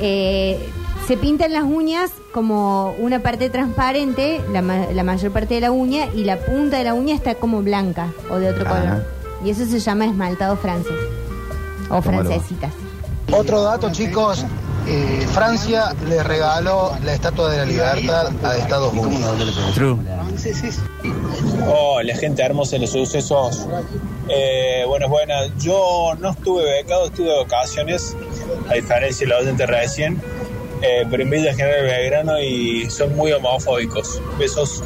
Eh, se pintan las uñas como una parte transparente, la, ma- la mayor parte de la uña, y la punta de la uña está como blanca o de otro
Ajá.
color. Y eso se llama esmaltado francés. O
Tómalo.
francesitas.
Otro dato, chicos. eh, Francia le regaló la Estatua de la Libertad a Estados Unidos.
True.
Oh, la gente hermosa de los sucesos. Eh, buenas, buenas. Yo no estuve becado, estuve de vacaciones, a diferencia de la oyente recién. Eh, pero en Villa General Belgrano y son muy homofóbicos. Besos.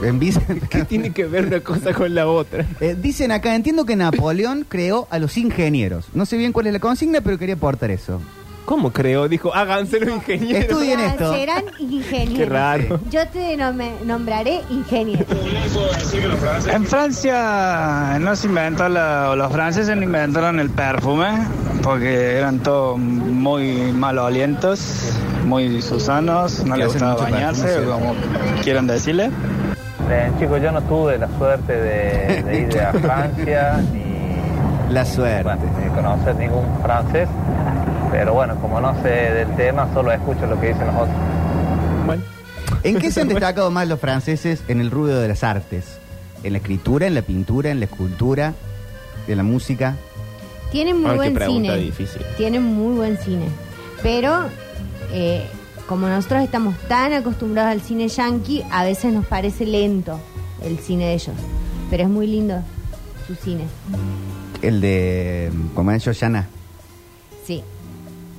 ¿Qué
tiene que ver una cosa con la otra?
Eh, dicen acá, entiendo que Napoleón creó a los ingenieros. No sé bien cuál es la consigna, pero quería aportar eso.
¿Cómo creó? Dijo, háganse los ingenieros.
Estudien esto.
Serán ingenieros.
Qué raro.
Yo te nom- nombraré ingeniero.
En Francia no se inventó la, o los franceses no inventaron el perfume, porque eran todos muy malolientos, muy susanos, no les gustaba bañarse, como quieran decirle.
Eh, chicos, yo no tuve la suerte de,
Eh,
de ir a Francia ni,
la suerte.
bueno, de conocer ningún francés, pero bueno, como no sé del Este tema, solo escucho lo que dicen los otros.
¿En qué se han destacado más los franceses en el rubro de las artes? En la escritura, en la pintura, en la escultura, en la música.
Tienen muy
Ay, qué
buen
pregunta
cine.
difícil.
Tienen muy buen cine. Pero eh, como nosotros estamos tan acostumbrados al cine yankee, a veces nos parece lento el cine de ellos. Pero es muy lindo su cine.
El de. Como es Shoshana.
Sí.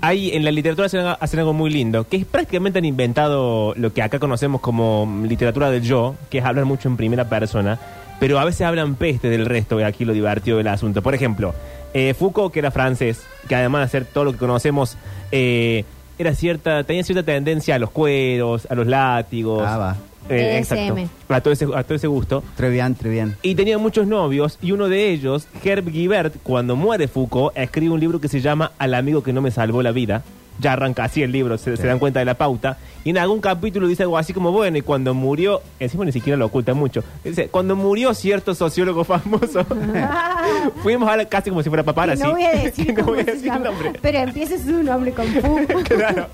Hay, en la literatura hacen, hacen algo muy lindo, que es prácticamente han inventado lo que acá conocemos como literatura del yo, que es hablar mucho en primera persona, pero a veces hablan peste del resto, y aquí lo divertido del asunto. Por ejemplo, eh, Foucault, que era francés, que además de hacer todo lo que conocemos, eh, era cierta, tenía cierta tendencia a los cueros, a los látigos.
Ah, va.
Eh,
TSM.
exacto. A todo ese, a todo ese gusto.
Trevian, Trevian.
Y tenía muchos novios, y uno de ellos, Herb Guibert, cuando muere Foucault, escribe un libro que se llama Al amigo que no me salvó la vida. Ya arranca así el libro, se, se dan cuenta de la pauta. Y en algún capítulo dice algo así como, bueno, y cuando murió, encima ni siquiera lo oculta mucho, dice, cuando murió cierto sociólogo famoso, fuimos a la- casi como si fuera papá, así.
No voy a decir,
Eh. no
cómo
voy a
se
decir el
llama,
nombre.
Pero empieza su nombre con Fu.
Claro.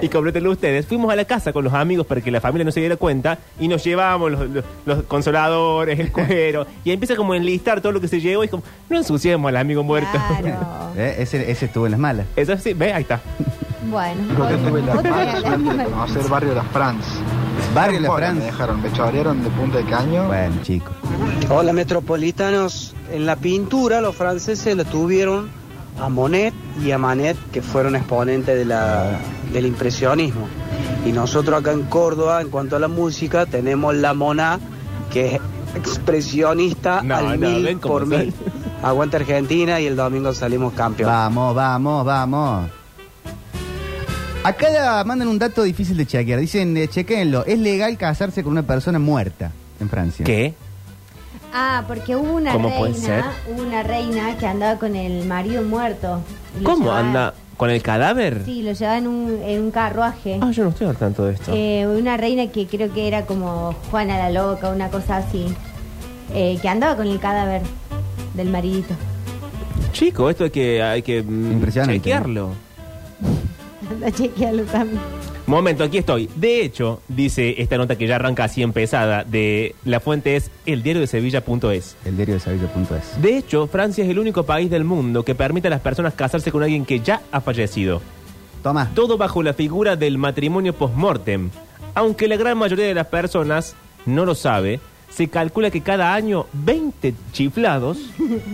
Y complétenlo ustedes. Fuimos a la casa con los amigos para que la familia no se diera cuenta y nos llevamos los, los- los consoladores, el cuero. y empieza como a enlistar todo lo que se llevó y es como, no ensuciemos al amigo muerto.
Eh, Ese, ese estuvo en las malas.
Eso sí, ve, ahí está.
Bueno.
Yo tuve la
Otra
mala
vez
suerte
la
de
misma.
conocer Barrio Las France.
Barrio
Las France. Me dejaron, me chorearon de punta de caño.
Bueno, chico.
Hola metropolitanos, en la pintura los franceses lo tuvieron a Monet y a Manet, que fueron exponentes de la- del impresionismo. Y nosotros acá en Córdoba, en cuanto a la música, tenemos la Mona, que es expresionista
No,
al
no,
mil
ven cómo
por
soy.
mil. Aguanta Argentina y el domingo salimos campeón.
Vamos, vamos, vamos. Acá la- mandan un dato difícil de chequear. Dicen, eh, chequenlo. Es legal casarse con una persona muerta en Francia.
¿Qué?
Ah, porque hubo una
¿Cómo
reina,
puede ser?
hubo una reina que andaba con el marido muerto. Y lo
¿Cómo
llevaba-
anda? ¿Con el cadáver?
Sí, lo llevaba en un, en un carruaje.
Ah, yo no estoy al tanto de esto.
Eh, una reina que creo que era como Juana la Loca, una cosa así, eh, que andaba con el cadáver del maridito.
Chico, esto hay que, hay que mm, chequearlo.
Anda a chequearlo también.
Momento, aquí estoy. De hecho, dice esta nota que ya arranca así empezada, de la fuente es eldiariodesevilla.es.
El diario de Sevilla.es.
De hecho, Francia es el único país del mundo que permite a las personas casarse con alguien que ya ha fallecido.
Toma.
Todo bajo la figura del matrimonio post-mortem. Aunque la gran mayoría de las personas no lo sabe, se calcula que cada año 20 chiflados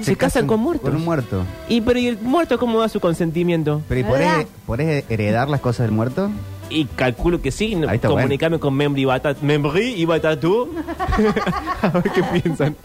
se, casan con muertos.
Con un muerto.
Y pero ¿y el muerto cómo da su consentimiento?
Pero ¿y podés, podés heredar las cosas del muerto?
Y calculo que sí, no-
Ahí está bueno.
comunicarme con Membri y Batat- Membri y Batatú. A ver qué piensan.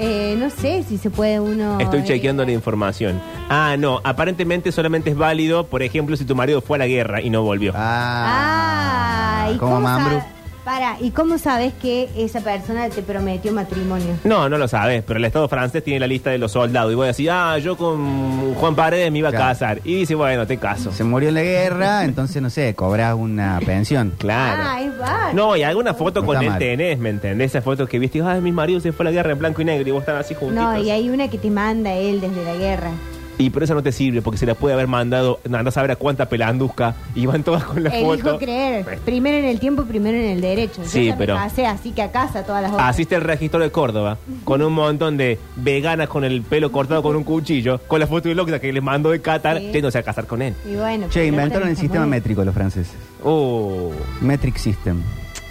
Eh, no sé si se puede uno...
Estoy
eh,
chequeando la información. Ah, no, aparentemente solamente es válido, por ejemplo, si tu marido fue a la guerra y no volvió.
Ah, ¿y
Como
Ah, cómo sa-
Mambrú.
Para, ¿y cómo sabes que esa persona te prometió matrimonio?
No, no lo sabes, pero el Estado francés tiene la lista de los soldados. Y voy a decir, ah, yo con Juan Paredes me iba a casar. Y dice, bueno, te caso.
Se murió en la guerra, entonces, no sé, cobrás una pensión.
Claro.
Ah, es bar.
No, y alguna foto
No
con
está
él
mal.
tenés, ¿me entendés? Esas fotos que viste, ah, mi marido se fue a la guerra en blanco y negro y vos están así juntitos.
No, y hay una que te manda él desde la guerra.
Y pero esa no te sirve porque se la puede haber mandado, andás a saber a cuánta pelanduzca y van todas con la
Elijo
foto.
creer. Primero en el tiempo, primero en el derecho. Yo
Sí,
ya me
pero- Ah,
casé, así que a casa todas las otras.
Asiste el registro de Córdoba con un montón de veganas con el pelo cortado con un cuchillo, con la foto de Lockdown que les mandó de Qatar,
Sí.
yéndose a casar con él.
Y bueno,
Che,
pero
inventaron el
está
sistema
Ah.
muy bien.
métrico los franceses.
Oh.
Metric System.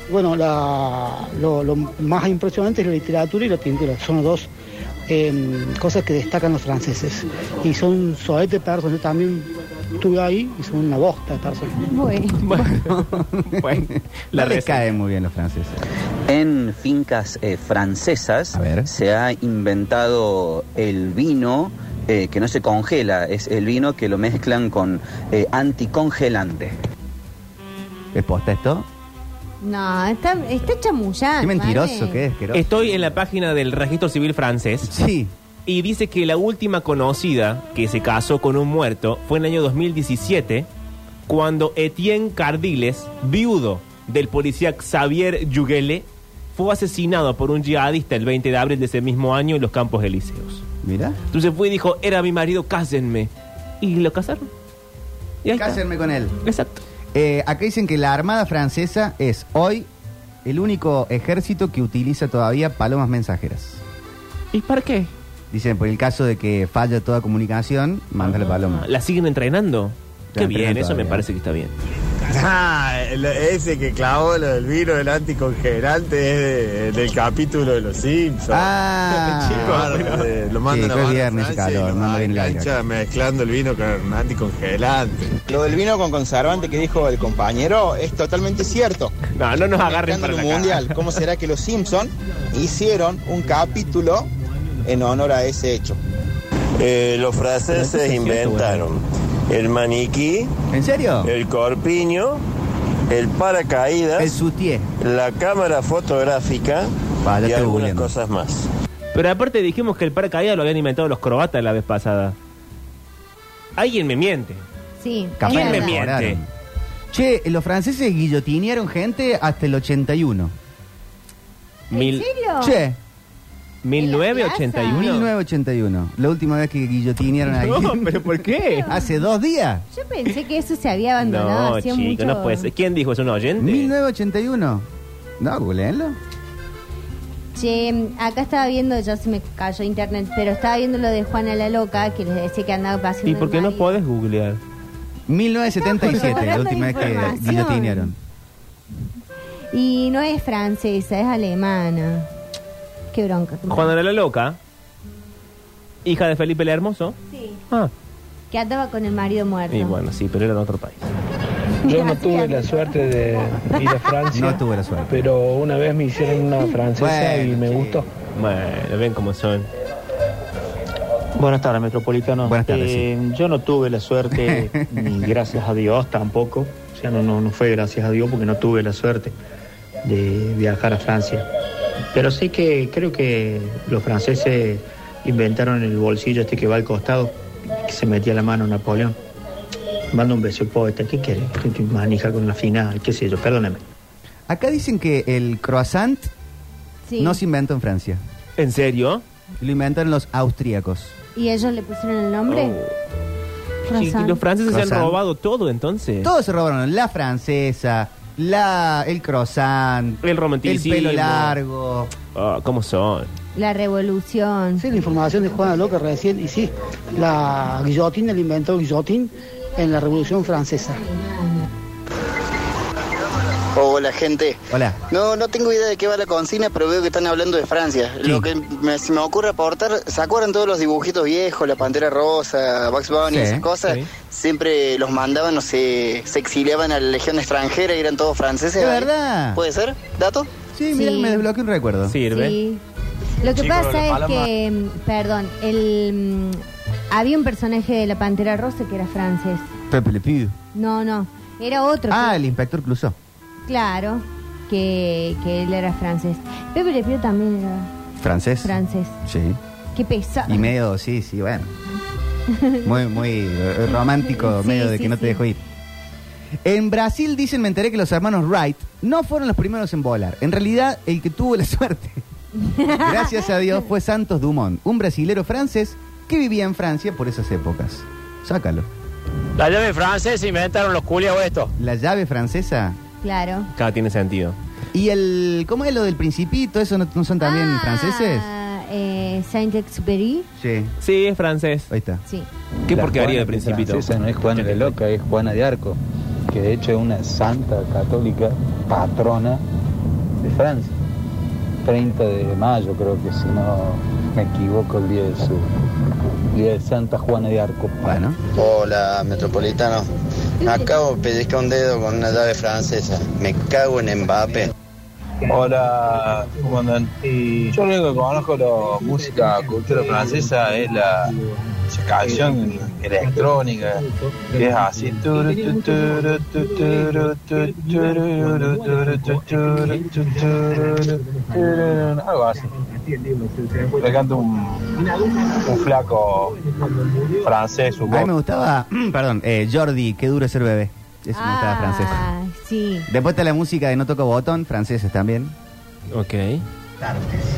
Bueno, la- lo, lo más impresionante es la literatura y la pintura. Son las dos eh, cosas que destacan los franceses. Y son soete personas. Yo también estuve ahí y son una bosta de personas.
Muy bien.
La les cae muy bien los franceses.
En fincas eh, francesas se ha inventado el vino eh, que no se congela, es el vino que lo mezclan con eh, anticongelante.
¿Es posta esto?
No, está, está chamullando.
Qué mentiroso
¿vale?
que es, asqueroso.
Estoy en la página del registro civil francés.
Sí.
Y dice que la última conocida que se casó con un muerto fue en el año 2017, cuando Etienne Cardiles, viudo del policía Xavier Yuguele, fue asesinado por un yihadista el 20 de abril de ese mismo año en los Campos Elíseos.
Mira.
Entonces fue y dijo, era mi marido, cásenme. Y lo casaron. Y ahí está.
Cásenme con él.
Exacto.
Eh, acá dicen que la Armada Francesa es hoy el único ejército que utiliza todavía palomas mensajeras.
¿Y para qué?
Dicen, por el caso de que falla toda comunicación,
Ah,
mándale paloma.
¿La siguen entrenando?
La
Qué bien,
entrenan
eso me
todavía.
parece que está bien.
Ah, el- ese que clavó lo del vino del anticongelante es de- del capítulo de los Simpsons.
Ah,
Chico,
bueno.
eh, lo mandan
Chicos,
a Barra
viernes y
Francia y
calor,
lo
manda bien el aire.
engancha mezclando el vino con anticongelante.
Lo del vino con conservante que dijo el compañero es totalmente cierto.
No, no nos agarren
Escándalo
para la
mundial.
cara.
¿Cómo será que los Simpson hicieron un capítulo en honor a ese hecho?
Eh, los franceses inventaron el maniquí.
¿En serio?
El corpiño, el paracaídas. El
sutié.
La cámara fotográfica y
te
algunas
googleando.
cosas más.
Pero aparte dijimos que el paracaídas lo habían inventado los croatas la vez pasada. Alguien me miente.
Sí.
Capaz
¿Quién
que
me
lo
miente?
mejoraron. Che, los franceses guillotinearon gente hasta el 81.
Mil,
Che,
1981.
1981. La última vez que guillotinearon a
No,
alguien.
pero ¿por qué?
Hace dos días.
Yo pensé que eso se había abandonado.
No,
hacía
chico,
mucho-
no puede ser. ¿Quién dijo eso? ¿Un oyente?
1981. No, googleenlo.
Che, acá estaba viendo, ya se me cayó internet, pero estaba viendo lo de Juana la Loca, que les decía que andaba pasando.
¿Y por qué
el
no
marido.
podés googlear?
1977, la
Estamos
última vez que
información.
guillotinearon.
Y no es francesa, es alemana. Qué bronca.
Juana la Loca, hija de Felipe el Hermoso.
Sí.
Ah.
Que andaba con el marido muerto.
Y bueno, sí, pero era de otro país.
Yo no tuve la suerte de ir a Francia.
No tuve la suerte.
Pero una vez me hicieron una francesa y me gustó.
Bueno, ven cómo son.
Buenas tardes, Metropolitano.
Buenas tardes,
Eh, Yo no tuve la suerte, ni gracias a Dios tampoco. O sea, no, no, no fue gracias a Dios porque no tuve la suerte de viajar a Francia. Pero sí que creo que los franceses inventaron el bolsillo este que va al costado, que se metía la mano Napoleón. Manda un beso poeta, ¿qué quiere? Manija con la final, qué sé yo, perdóname.
Acá dicen que el croissant
Sí.
no se inventó en Francia.
¿En serio?
Lo inventaron los austríacos.
¿Y ellos le pusieron el nombre?
Oh. Sí,
Croissant.
los franceses se han
Croissant.
robado todo este. entonces.
Todos se robaron la francesa, la, el croissant,
El
el
romanticismo.
pelo largo.
Ah, ¿Cómo son?
La revolución.
Sí, la información de Juana Loca recién, y sí, la guillotina, el inventó guillotín en la Revolución Francesa.
Hola, gente.
Hola.
No, no tengo idea de qué va la consigna, pero veo que están hablando de Francia. Lo que me, se me ocurre aportar, ¿se acuerdan todos los dibujitos viejos, la Pantera Rosa, Bugs Bunny,
Sí,
esas cosas?
sí.
Siempre los mandaban o se, se exiliaban a la legión extranjera y eran todos franceses.
Es
¿vale?
verdad.
¿Puede ser? ¿Dato?
Sí, mira,
Sí.
me desbloqueé un recuerdo.
Sirve.
Sí. Lo que
Chico, la
pasa es
paloma.
que, mm, perdón, el, mm, había un personaje de la Pantera Rosa que era francés.
Pepe Le Pew.
No, no, era otro.
Ah, el inspector Clouseau.
que- Claro, que, que él era francés. Pepe Le Pew también era
Francés.
francés.
Sí.
Qué pesado.
Y medio, sí, sí, bueno. Muy, muy eh, romántico,
Sí,
medio de
sí,
que no
sí.
te dejo ir. En Brasil dicen, me enteré que los hermanos Wright no fueron los primeros en volar. En realidad, el que tuvo la suerte, gracias a Dios, fue Santos Dumont, un brasilero francés que vivía en Francia por esas épocas. Sácalo.
La llave francesa inventaron los culiados estos.
La llave francesa
Claro.
Cada tiene sentido.
y el... ¿Cómo es lo del principito? ¿Eso no, no son también franceses?
Ah, eh, Saint-Exupéry.
Sí.
Sí, es francés.
Ahí está.
Sí.
¿Qué
La
porquería de
Juana que
Principito?
francesa no es Juana de Loca, es Juana de Arco, que de hecho es una santa católica patrona de Francia. 30 de mayo creo que si no me equivoco el día de su día de Santa Juana de Arco.
Bueno.
Hola, metropolitano. Acabo de pellizcar un dedo con una llave francesa. Me cago en Mbappé.
Hola, ¿cómo andan? Yo lo único que conozco de la música, cultura francesa es la esa canción electrónica, que es así. turu, tu, turu, tu, turu, tu, turu, turu, tu, turu, tu, turu, turu, Algo así. Le canto un, un flaco francés,
A mí me
supongo.
gustaba, perdón, eh, Jordi, qué duro es ser bebé. Eso me gustaba francés.
Ah, sí.
Después está la música de No Toco Botón, franceses también.
Ok.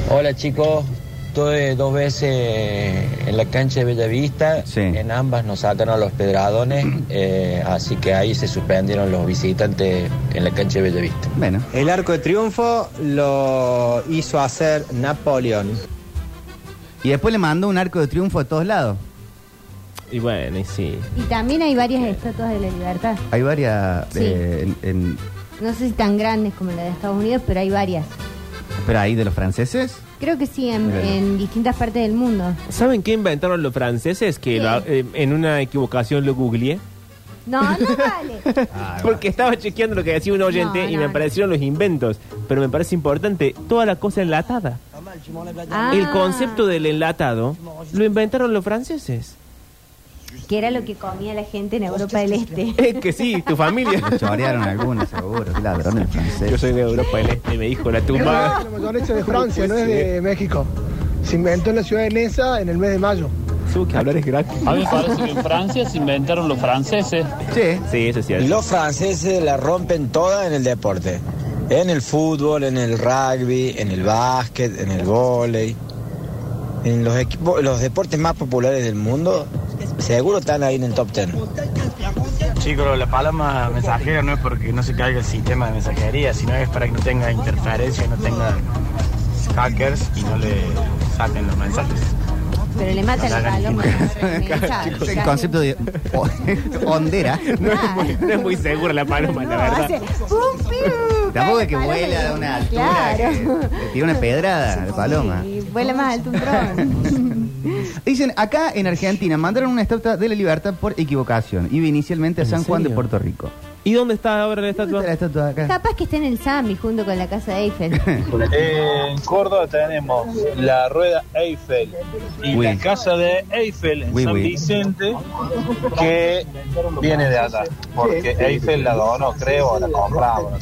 Hola chicos, estuve dos veces en la cancha de Bellavista, en ambas nos sacaron a los pedradones, eh, así que ahí se suspendieron los visitantes en la cancha de Bellavista.
Bueno.
El arco de triunfo lo hizo hacer Napoleón.
Y después le mandó un arco de triunfo a todos lados.
Y bueno, y sí.
Y también hay varias estatuas de la libertad.
Hay varias.
Sí.
eh, en- en-
No sé si tan grandes como la de Estados Unidos, pero hay varias.
pero ahí de los franceses.
Creo que sí, en,
Bueno.
en distintas partes del mundo.
¿Saben qué inventaron los franceses? Que lo- eh, en una equivocación lo googleé.
No, no vale.
Porque estaba chequeando lo que decía un oyente
No,
y
no,
me
no.
aparecieron los inventos. Pero me parece importante, toda la cosa enlatada.
Ah,
El concepto del enlatado lo inventaron los franceses.
Que era lo que comía la gente en Europa del Este.
Es que sí, tu familia.
Me chorearon algunos, seguro. Qué ladrón el francés.
Yo soy de Europa del Este, me dijo la tumba.
La mayor hecha de Francia, no es
Pues
de México. Se inventó en la ciudad de Nesa en el mes de mayo.
que hablar es gratis.
A mí me parece que en
Francia se inventaron los franceses.
Sí.
Sí, eso es cierto.
Los franceses la rompen toda en el deporte. En el fútbol, en el rugby, en el básquet, en el vóley. En los equipos, los deportes más populares del mundo, seguro están ahí en el top ten.
Chicos, la paloma mensajera no es porque no se caiga el sistema de mensajería, sino es para que no tenga interferencia, no tenga hackers y no le saquen los mensajes.
Pero le matan la paloma.
El concepto de o- hondera.
No es muy, no es muy segura la paloma, la verdad.
Hace pum, piu,
Tampoco es que
paloma
vuela
y-
de una altura.
Claro.
que Le tira una pedrada de paloma.
Y vuela más alto un dron.
Dicen, acá en Argentina mandaron una estatua de la libertad por equivocación. Iba inicialmente a San Juan de Puerto Rico.
¿Y dónde está ahora la estatua?
La estatua acá.
Capaz que está en el Sami junto con la casa de Eiffel.
En Córdoba tenemos la rueda Eiffel y
Oui.
la casa de Eiffel en
Oui,
San
oui.
Vicente que viene de allá, porque Eiffel la donó, creo, o la compramos.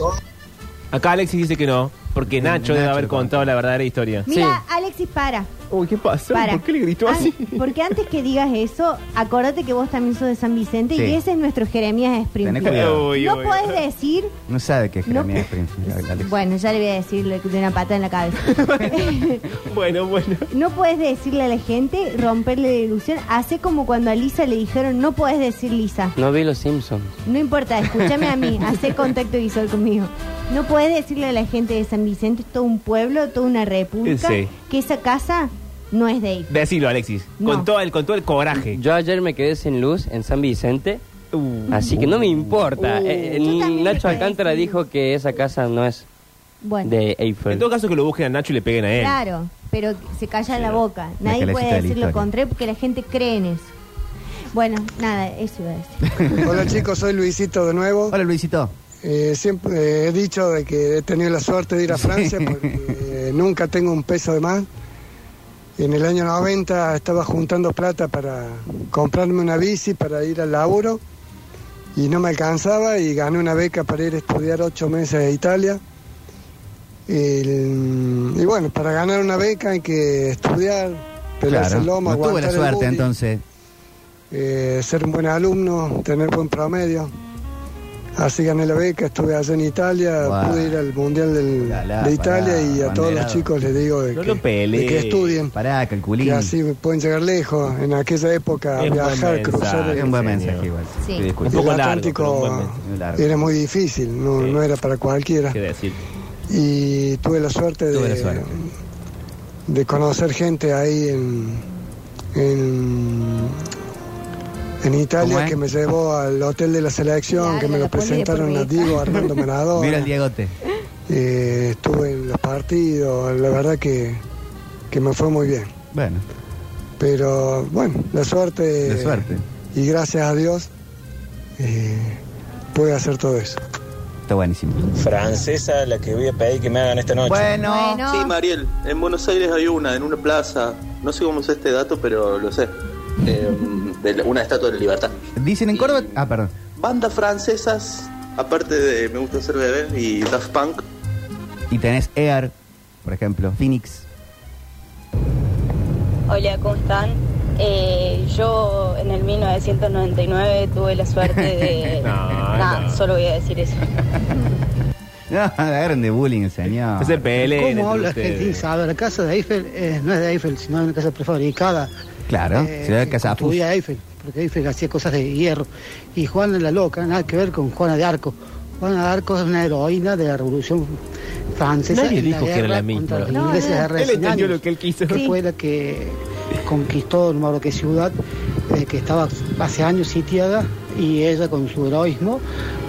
Acá Alexis dice que no, porque Nacho debe haber contado la verdadera historia.
Mira, Alexis, para.
Uy, ¿qué pasó?
Para.
¿Por qué le gritó
Ah,
así?
porque antes que digas eso, acordate que vos también sos de San Vicente
Sí.
y ese es nuestro Jeremías Springfield.
Tené cuidado. Uy,
no
uy,
podés decir,
No sabe qué es
No.
Jeremías Springfield, Alex.
bueno, ya le voy a decir lo que- de una pata en la cabeza.
bueno, bueno.
No podés decirle a la gente, romperle la ilusión, hace como cuando a Lisa le dijeron, no podés decir Lisa.
No vi los Simpsons.
No importa, escúchame a mí, hace contacto visual conmigo. No podés decirle a la gente de San Vicente, es todo un pueblo, toda una república,
Sí.
que esa casa no es de ahí.
Decilo, Alexis. Con,
No.
todo el, con todo el coraje. Uh.
Yo ayer me quedé sin luz en San Vicente. Así que no me importa. Eh, eh, Nacho Alcántara dijo que esa casa no es
Bueno,
de Eiffel.
En todo caso, que lo busquen a Nacho y le peguen a él.
claro, pero se calla la boca.
La
Nadie
escalercita de
puede
la
decir lo
historia.
contrario porque la gente cree en eso. Bueno, nada, eso iba a decir.
Hola chicos, soy Luisito de nuevo. Eh,
Hola Luisito.
siempre he dicho de que he tenido la suerte de ir a Francia porque eh, nunca tengo un peso de más. En el año 90 estaba juntando plata para comprarme una bici para ir al laburo y no me alcanzaba y gané una beca para ir a estudiar ocho meses a Italia. El- y bueno, para ganar una beca hay que estudiar, pelarse
Claro.
el lomo,
No tuve
aguantar
la
el
suerte
bullying
entonces.
eh, ser un buen alumno, tener buen promedio. Así gané la beca, estuve allá en Italia,
Guau.
pude ir al Mundial del-
Ojalá,
de Italia
pará,
y a todos los
abanderado.
chicos les digo de
No
que,
lo pelees.
de que estudien,
Pará, calculín.
que así pueden llegar lejos. En aquella época
Es un buen
viajar,
mensaje,
cruzar el,
es un buen mensaje igual.
Sí.
Te disculpo.
el Atlántico eh, era muy difícil, no, no era para cualquiera. Y tuve la suerte
Tuve
de
la suerte.
de conocer gente ahí en, en, en
¿Cómo
Italia
es? Ah.
que me llevó al hotel de la selección, que me lo presentaron a Diego Armando Maradona.
Mira el Diegote.
Eh, estuve en los partidos, la verdad que, que me fue muy bien.
Bueno,
Pero bueno, la suerte,
de suerte.
y gracias a Dios eh, pude hacer eh, todo eso.
Está buenísimo.
Francesa, la que voy a pedir que me hagan esta noche.
Bueno. Bueno.
Sí, Mariel, en Buenos Aires hay una, en una plaza. No sé cómo es este dato, pero lo sé. Eh, de la- una estatua de la libertad.
Dicen en Córdoba. Ah, perdón.
Bandas francesas, aparte de Me gusta ser bebé y Daft Punk.
Y tenés Air, por ejemplo, Phoenix.
Hola, ¿cómo están? Eh, yo en el 1999 tuve la suerte de...
No,
Nah,
no.
solo voy a decir eso.
No, agarran de Ah, bullying el señor.
Es el PL.
¿Cómo habla Argentina? A ver, la casa de Eiffel eh, no es de Eiffel, sino una casa prefabricada.
Claro,
eh,
se le da el
que
casafus.
construía Eiffel, porque Eiffel hacía cosas de hierro. Y Juana la Loca, nada que ver con Juana de Arco. Juana de Arco es una heroína de la Revolución Francesa.
Nadie
en
dijo que era
guerra
la misma.
contra los
No,
ingleses
no.
de hace
Él
100
entendió
años,
lo que él quiso.
Que
Sí.
fue la que conquistó, no me acuerdo qué ciudad, eh, que estaba hace años sitiada, y ella con su heroísmo.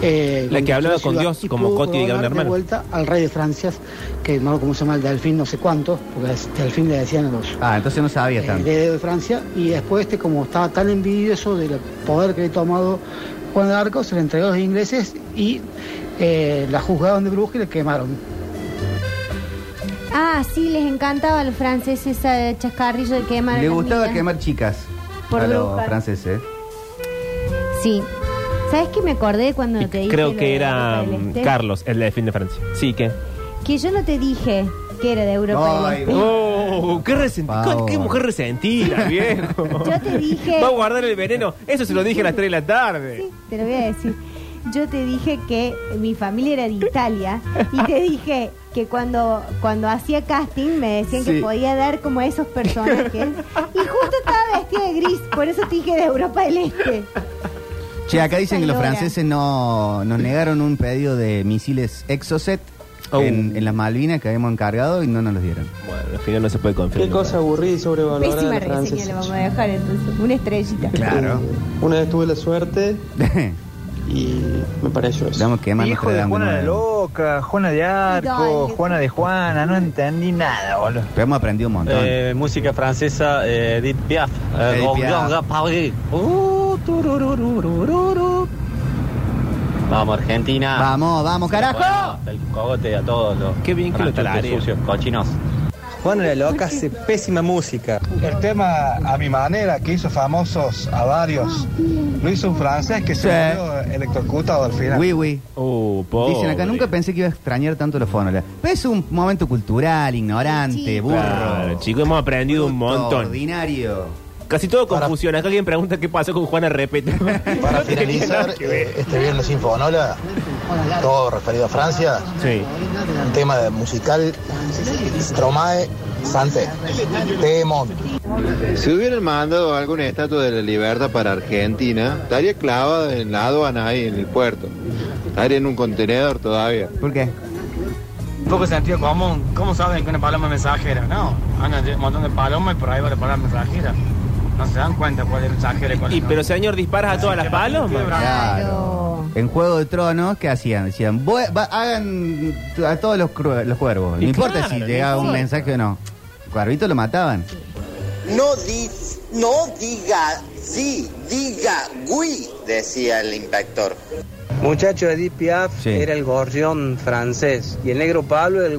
eh,
La que
conquistó
hablaba
la
con
ciudad
Dios,
y
como
pudo
Coti de Gran
coronar
Hermano.
vuelta al rey de Francia, que no, como se llama el delfín, no sé cuánto, porque al delfín le decían a los
Ah, entonces no sabía
el
tanto.
heredero de Francia, y después este, como estaba tan envidioso del poder que había tomado Juan de Arco, se le entregó a los ingleses y eh, la juzgaron de bruja y la quemaron.
Ah, sí, les encantaba a los franceses ese chascarrillo de quemar. a
Le
las
gustaba
minas.
quemar chicas
Por
a los
brujas.
franceses.
Sí. ¿Sabes qué me acordé cuando te dije?
Creo
lo
que
de
era
Europa del
mm,
Este?
Carlos, el de fin de Francia. Sí, que.
Que yo no te dije que era de Europa del Este.
¡Oh! ¡Qué resentida!
Pau.
¡Qué mujer resentida, viejo!
Yo te dije-
Va a guardar el veneno. Eso se lo dije a las 3 de la tarde.
Te lo voy a decir. Yo te dije que mi familia era de Italia y te dije que cuando, cuando hacía casting me decían que
Sí.
podía dar como a esos personajes y justo estaba vestida de gris, por eso te dije de Europa del Este.
Che, acá dicen que los
Señora.
franceses no nos negaron un pedido de misiles Exocet
Oh.
en, en las Malvinas que habíamos encargado y no nos los dieron.
Bueno, al final no se puede
Qué
confirmar.
cosa aburrida y sobrevalorada
Pésima
la
reseña
francesa.
le vamos a dejar entonces, una estrellita.
Uh.
Claro.
Una vez tuve la suerte y me pareció eso.
Damos que más
Hijo
Notre
de
Dame
Juana
de
la
nuevo.
Loca, Juana de
Arco,
Juana de Juana, no entendí nada, boludo.
Pero hemos aprendido un montón.
Eh,
música francesa, eh, Edith Piaf.
Edith
Grand
Piaf.
Jean Paris.
Oh,
Uh, tururururururu. Vamos, Argentina.
Vamos, vamos, carajo.
Hasta el cogote a todos los. Qué bien
que lo talareó.
sucios, cochinos.
Juana la Loca hace pésima música.
El tema a mi manera que hizo famosos a varios. Lo hizo un francés que se
Sí.
murió electrocutado al final.
Oui, oui.
Oh, pobre.
Dicen acá, nunca pensé que iba a extrañar tanto los fonos. Pero es un momento cultural, ignorante, burro.
Claro, chicos, hemos aprendido un montón.
Ordinario.
Casi todo confusión. Acá alguien pregunta qué pasó con Juana Repeto.
Para finalizar eh, este viernes Sinfonola, todo referido a Francia, un tema de musical Tromae Sante, Temón.
Si hubieran mandado alguna estatua de la libertad para Argentina, estaría clavada en la aduana ahí en el puerto. Estaría en un contenedor todavía.
¿Por qué?
Un poco de sentido común. ¿Cómo saben que una paloma es mensajera? No, andan un montón de palomas y por ahí va la paloma mensajera. No se dan cuenta cuál es mensajera y cuál
Y
no.
pero señor, disparas a todas las palomas.
Claro. En Juego de Tronos, ¿qué hacían? Decían, "Voy- va- hagan t- a todos los, cru- los cuervos.
Y
No importa
claro,
si
no
llegaba un
importa.
mensaje o no. Cuervito lo mataban.
No, di- no diga sí, diga oui, decía el inspector.
Muchacho, Edith Piaf
Sí.
era el gorrión francés y el negro Pablo el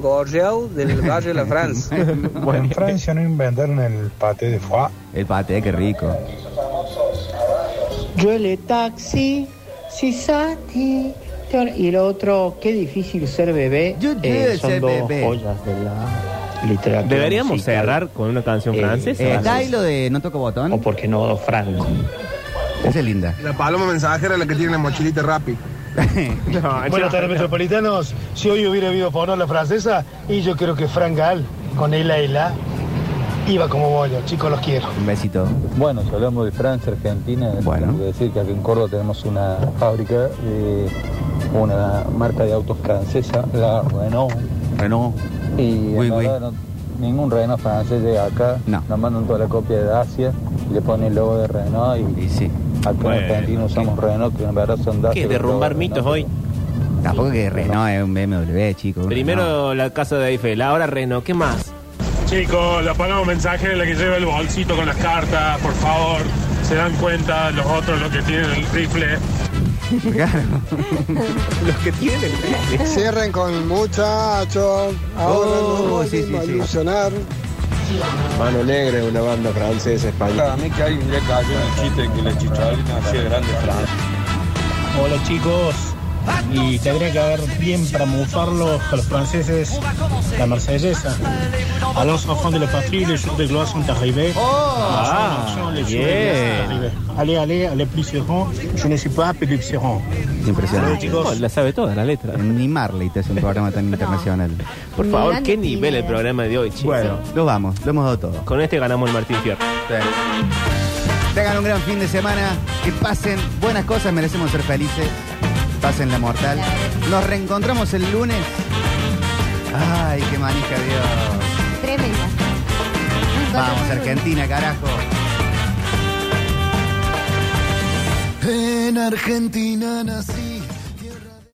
gorrión del barrio de la France.
Bueno.
En Francia no inventaron el paté de foie.
El paté, qué rico.
Yo le taxi, si sati. Y lo otro, qué difícil ser bebé. Yo
Eh, son dos joyas de la literatura.
Deberíamos
musical.
cerrar con una canción
Eh,
francesa.
eh, está ahí
lo de No Toco Botón.
O porque no, dos Franco.
Esa es linda.
La paloma mensajera es la que tiene la mochilita rápida.
Buenas tardes, metropolitanos. Si hoy hubiera habido la francesa, y yo creo que Frank Gaal, con Ela Ela, iba como bollo. Chicos, los quiero.
Un besito.
Bueno, si hablamos de Francia, Argentina, bueno. tengo que decir que aquí en Córdoba tenemos una fábrica de una marca de autos francesa, la Renault.
Renault.
Y
Oui,
en
oui.
verdad no- ningún Renault francés llega acá.
No.
Nos mandan toda la copia de Asia, y le ponen el logo de Renault y, acá
Bueno,
en Argentina usamos Renault, que en verdad son datos.
¿Qué? Derrumbar mitos hoy.
Tampoco que Renault es un BMW, chicos.
Primero la casa de Eiffel, ahora Reno. ¿Qué más?
Chicos, la paloma mensajera es la que lleva el bolsito con las cartas, por favor. Se dan cuenta los otros, los que tienen el rifle.
Claro.
Los que tienen.
Cierren con muchachos. Ahora
Oh,
no
sí, sí,
va a
sí.
ilusionar.
Mano Negra es una banda francesa española.
A mí que alguien le cayó el chiste que la chicharrita hacía grande
Hola chicos. Y tendría que haber bien para mufarlo a los franceses la marsellesa. A los enfants de la patrie, les jours de gloire sont arrivés.
Ah,
les jours de
bien.
gloire sont arrivés. Allez, allez, allez, plus serrant. Je ne suis pas plus serrant. Hola,
Impresionante.
chicos.
la sabe toda la letra.
Ni Marley te hace un programa tan internacional.
Por
Ni
favor,
Dani
qué nivel el
Pinedo.
programa de hoy, chicos.
Bueno, lo vamos, lo hemos dado todo.
Con este ganamos el Martín Fierro.
Tengan un gran fin de semana, que pasen buenas cosas, merecemos ser felices. Pasen la mortal. Nos reencontramos el lunes. Ay, qué manija Dios.
Tremenda.
Vamos, Argentina, carajo.
En Argentina nací.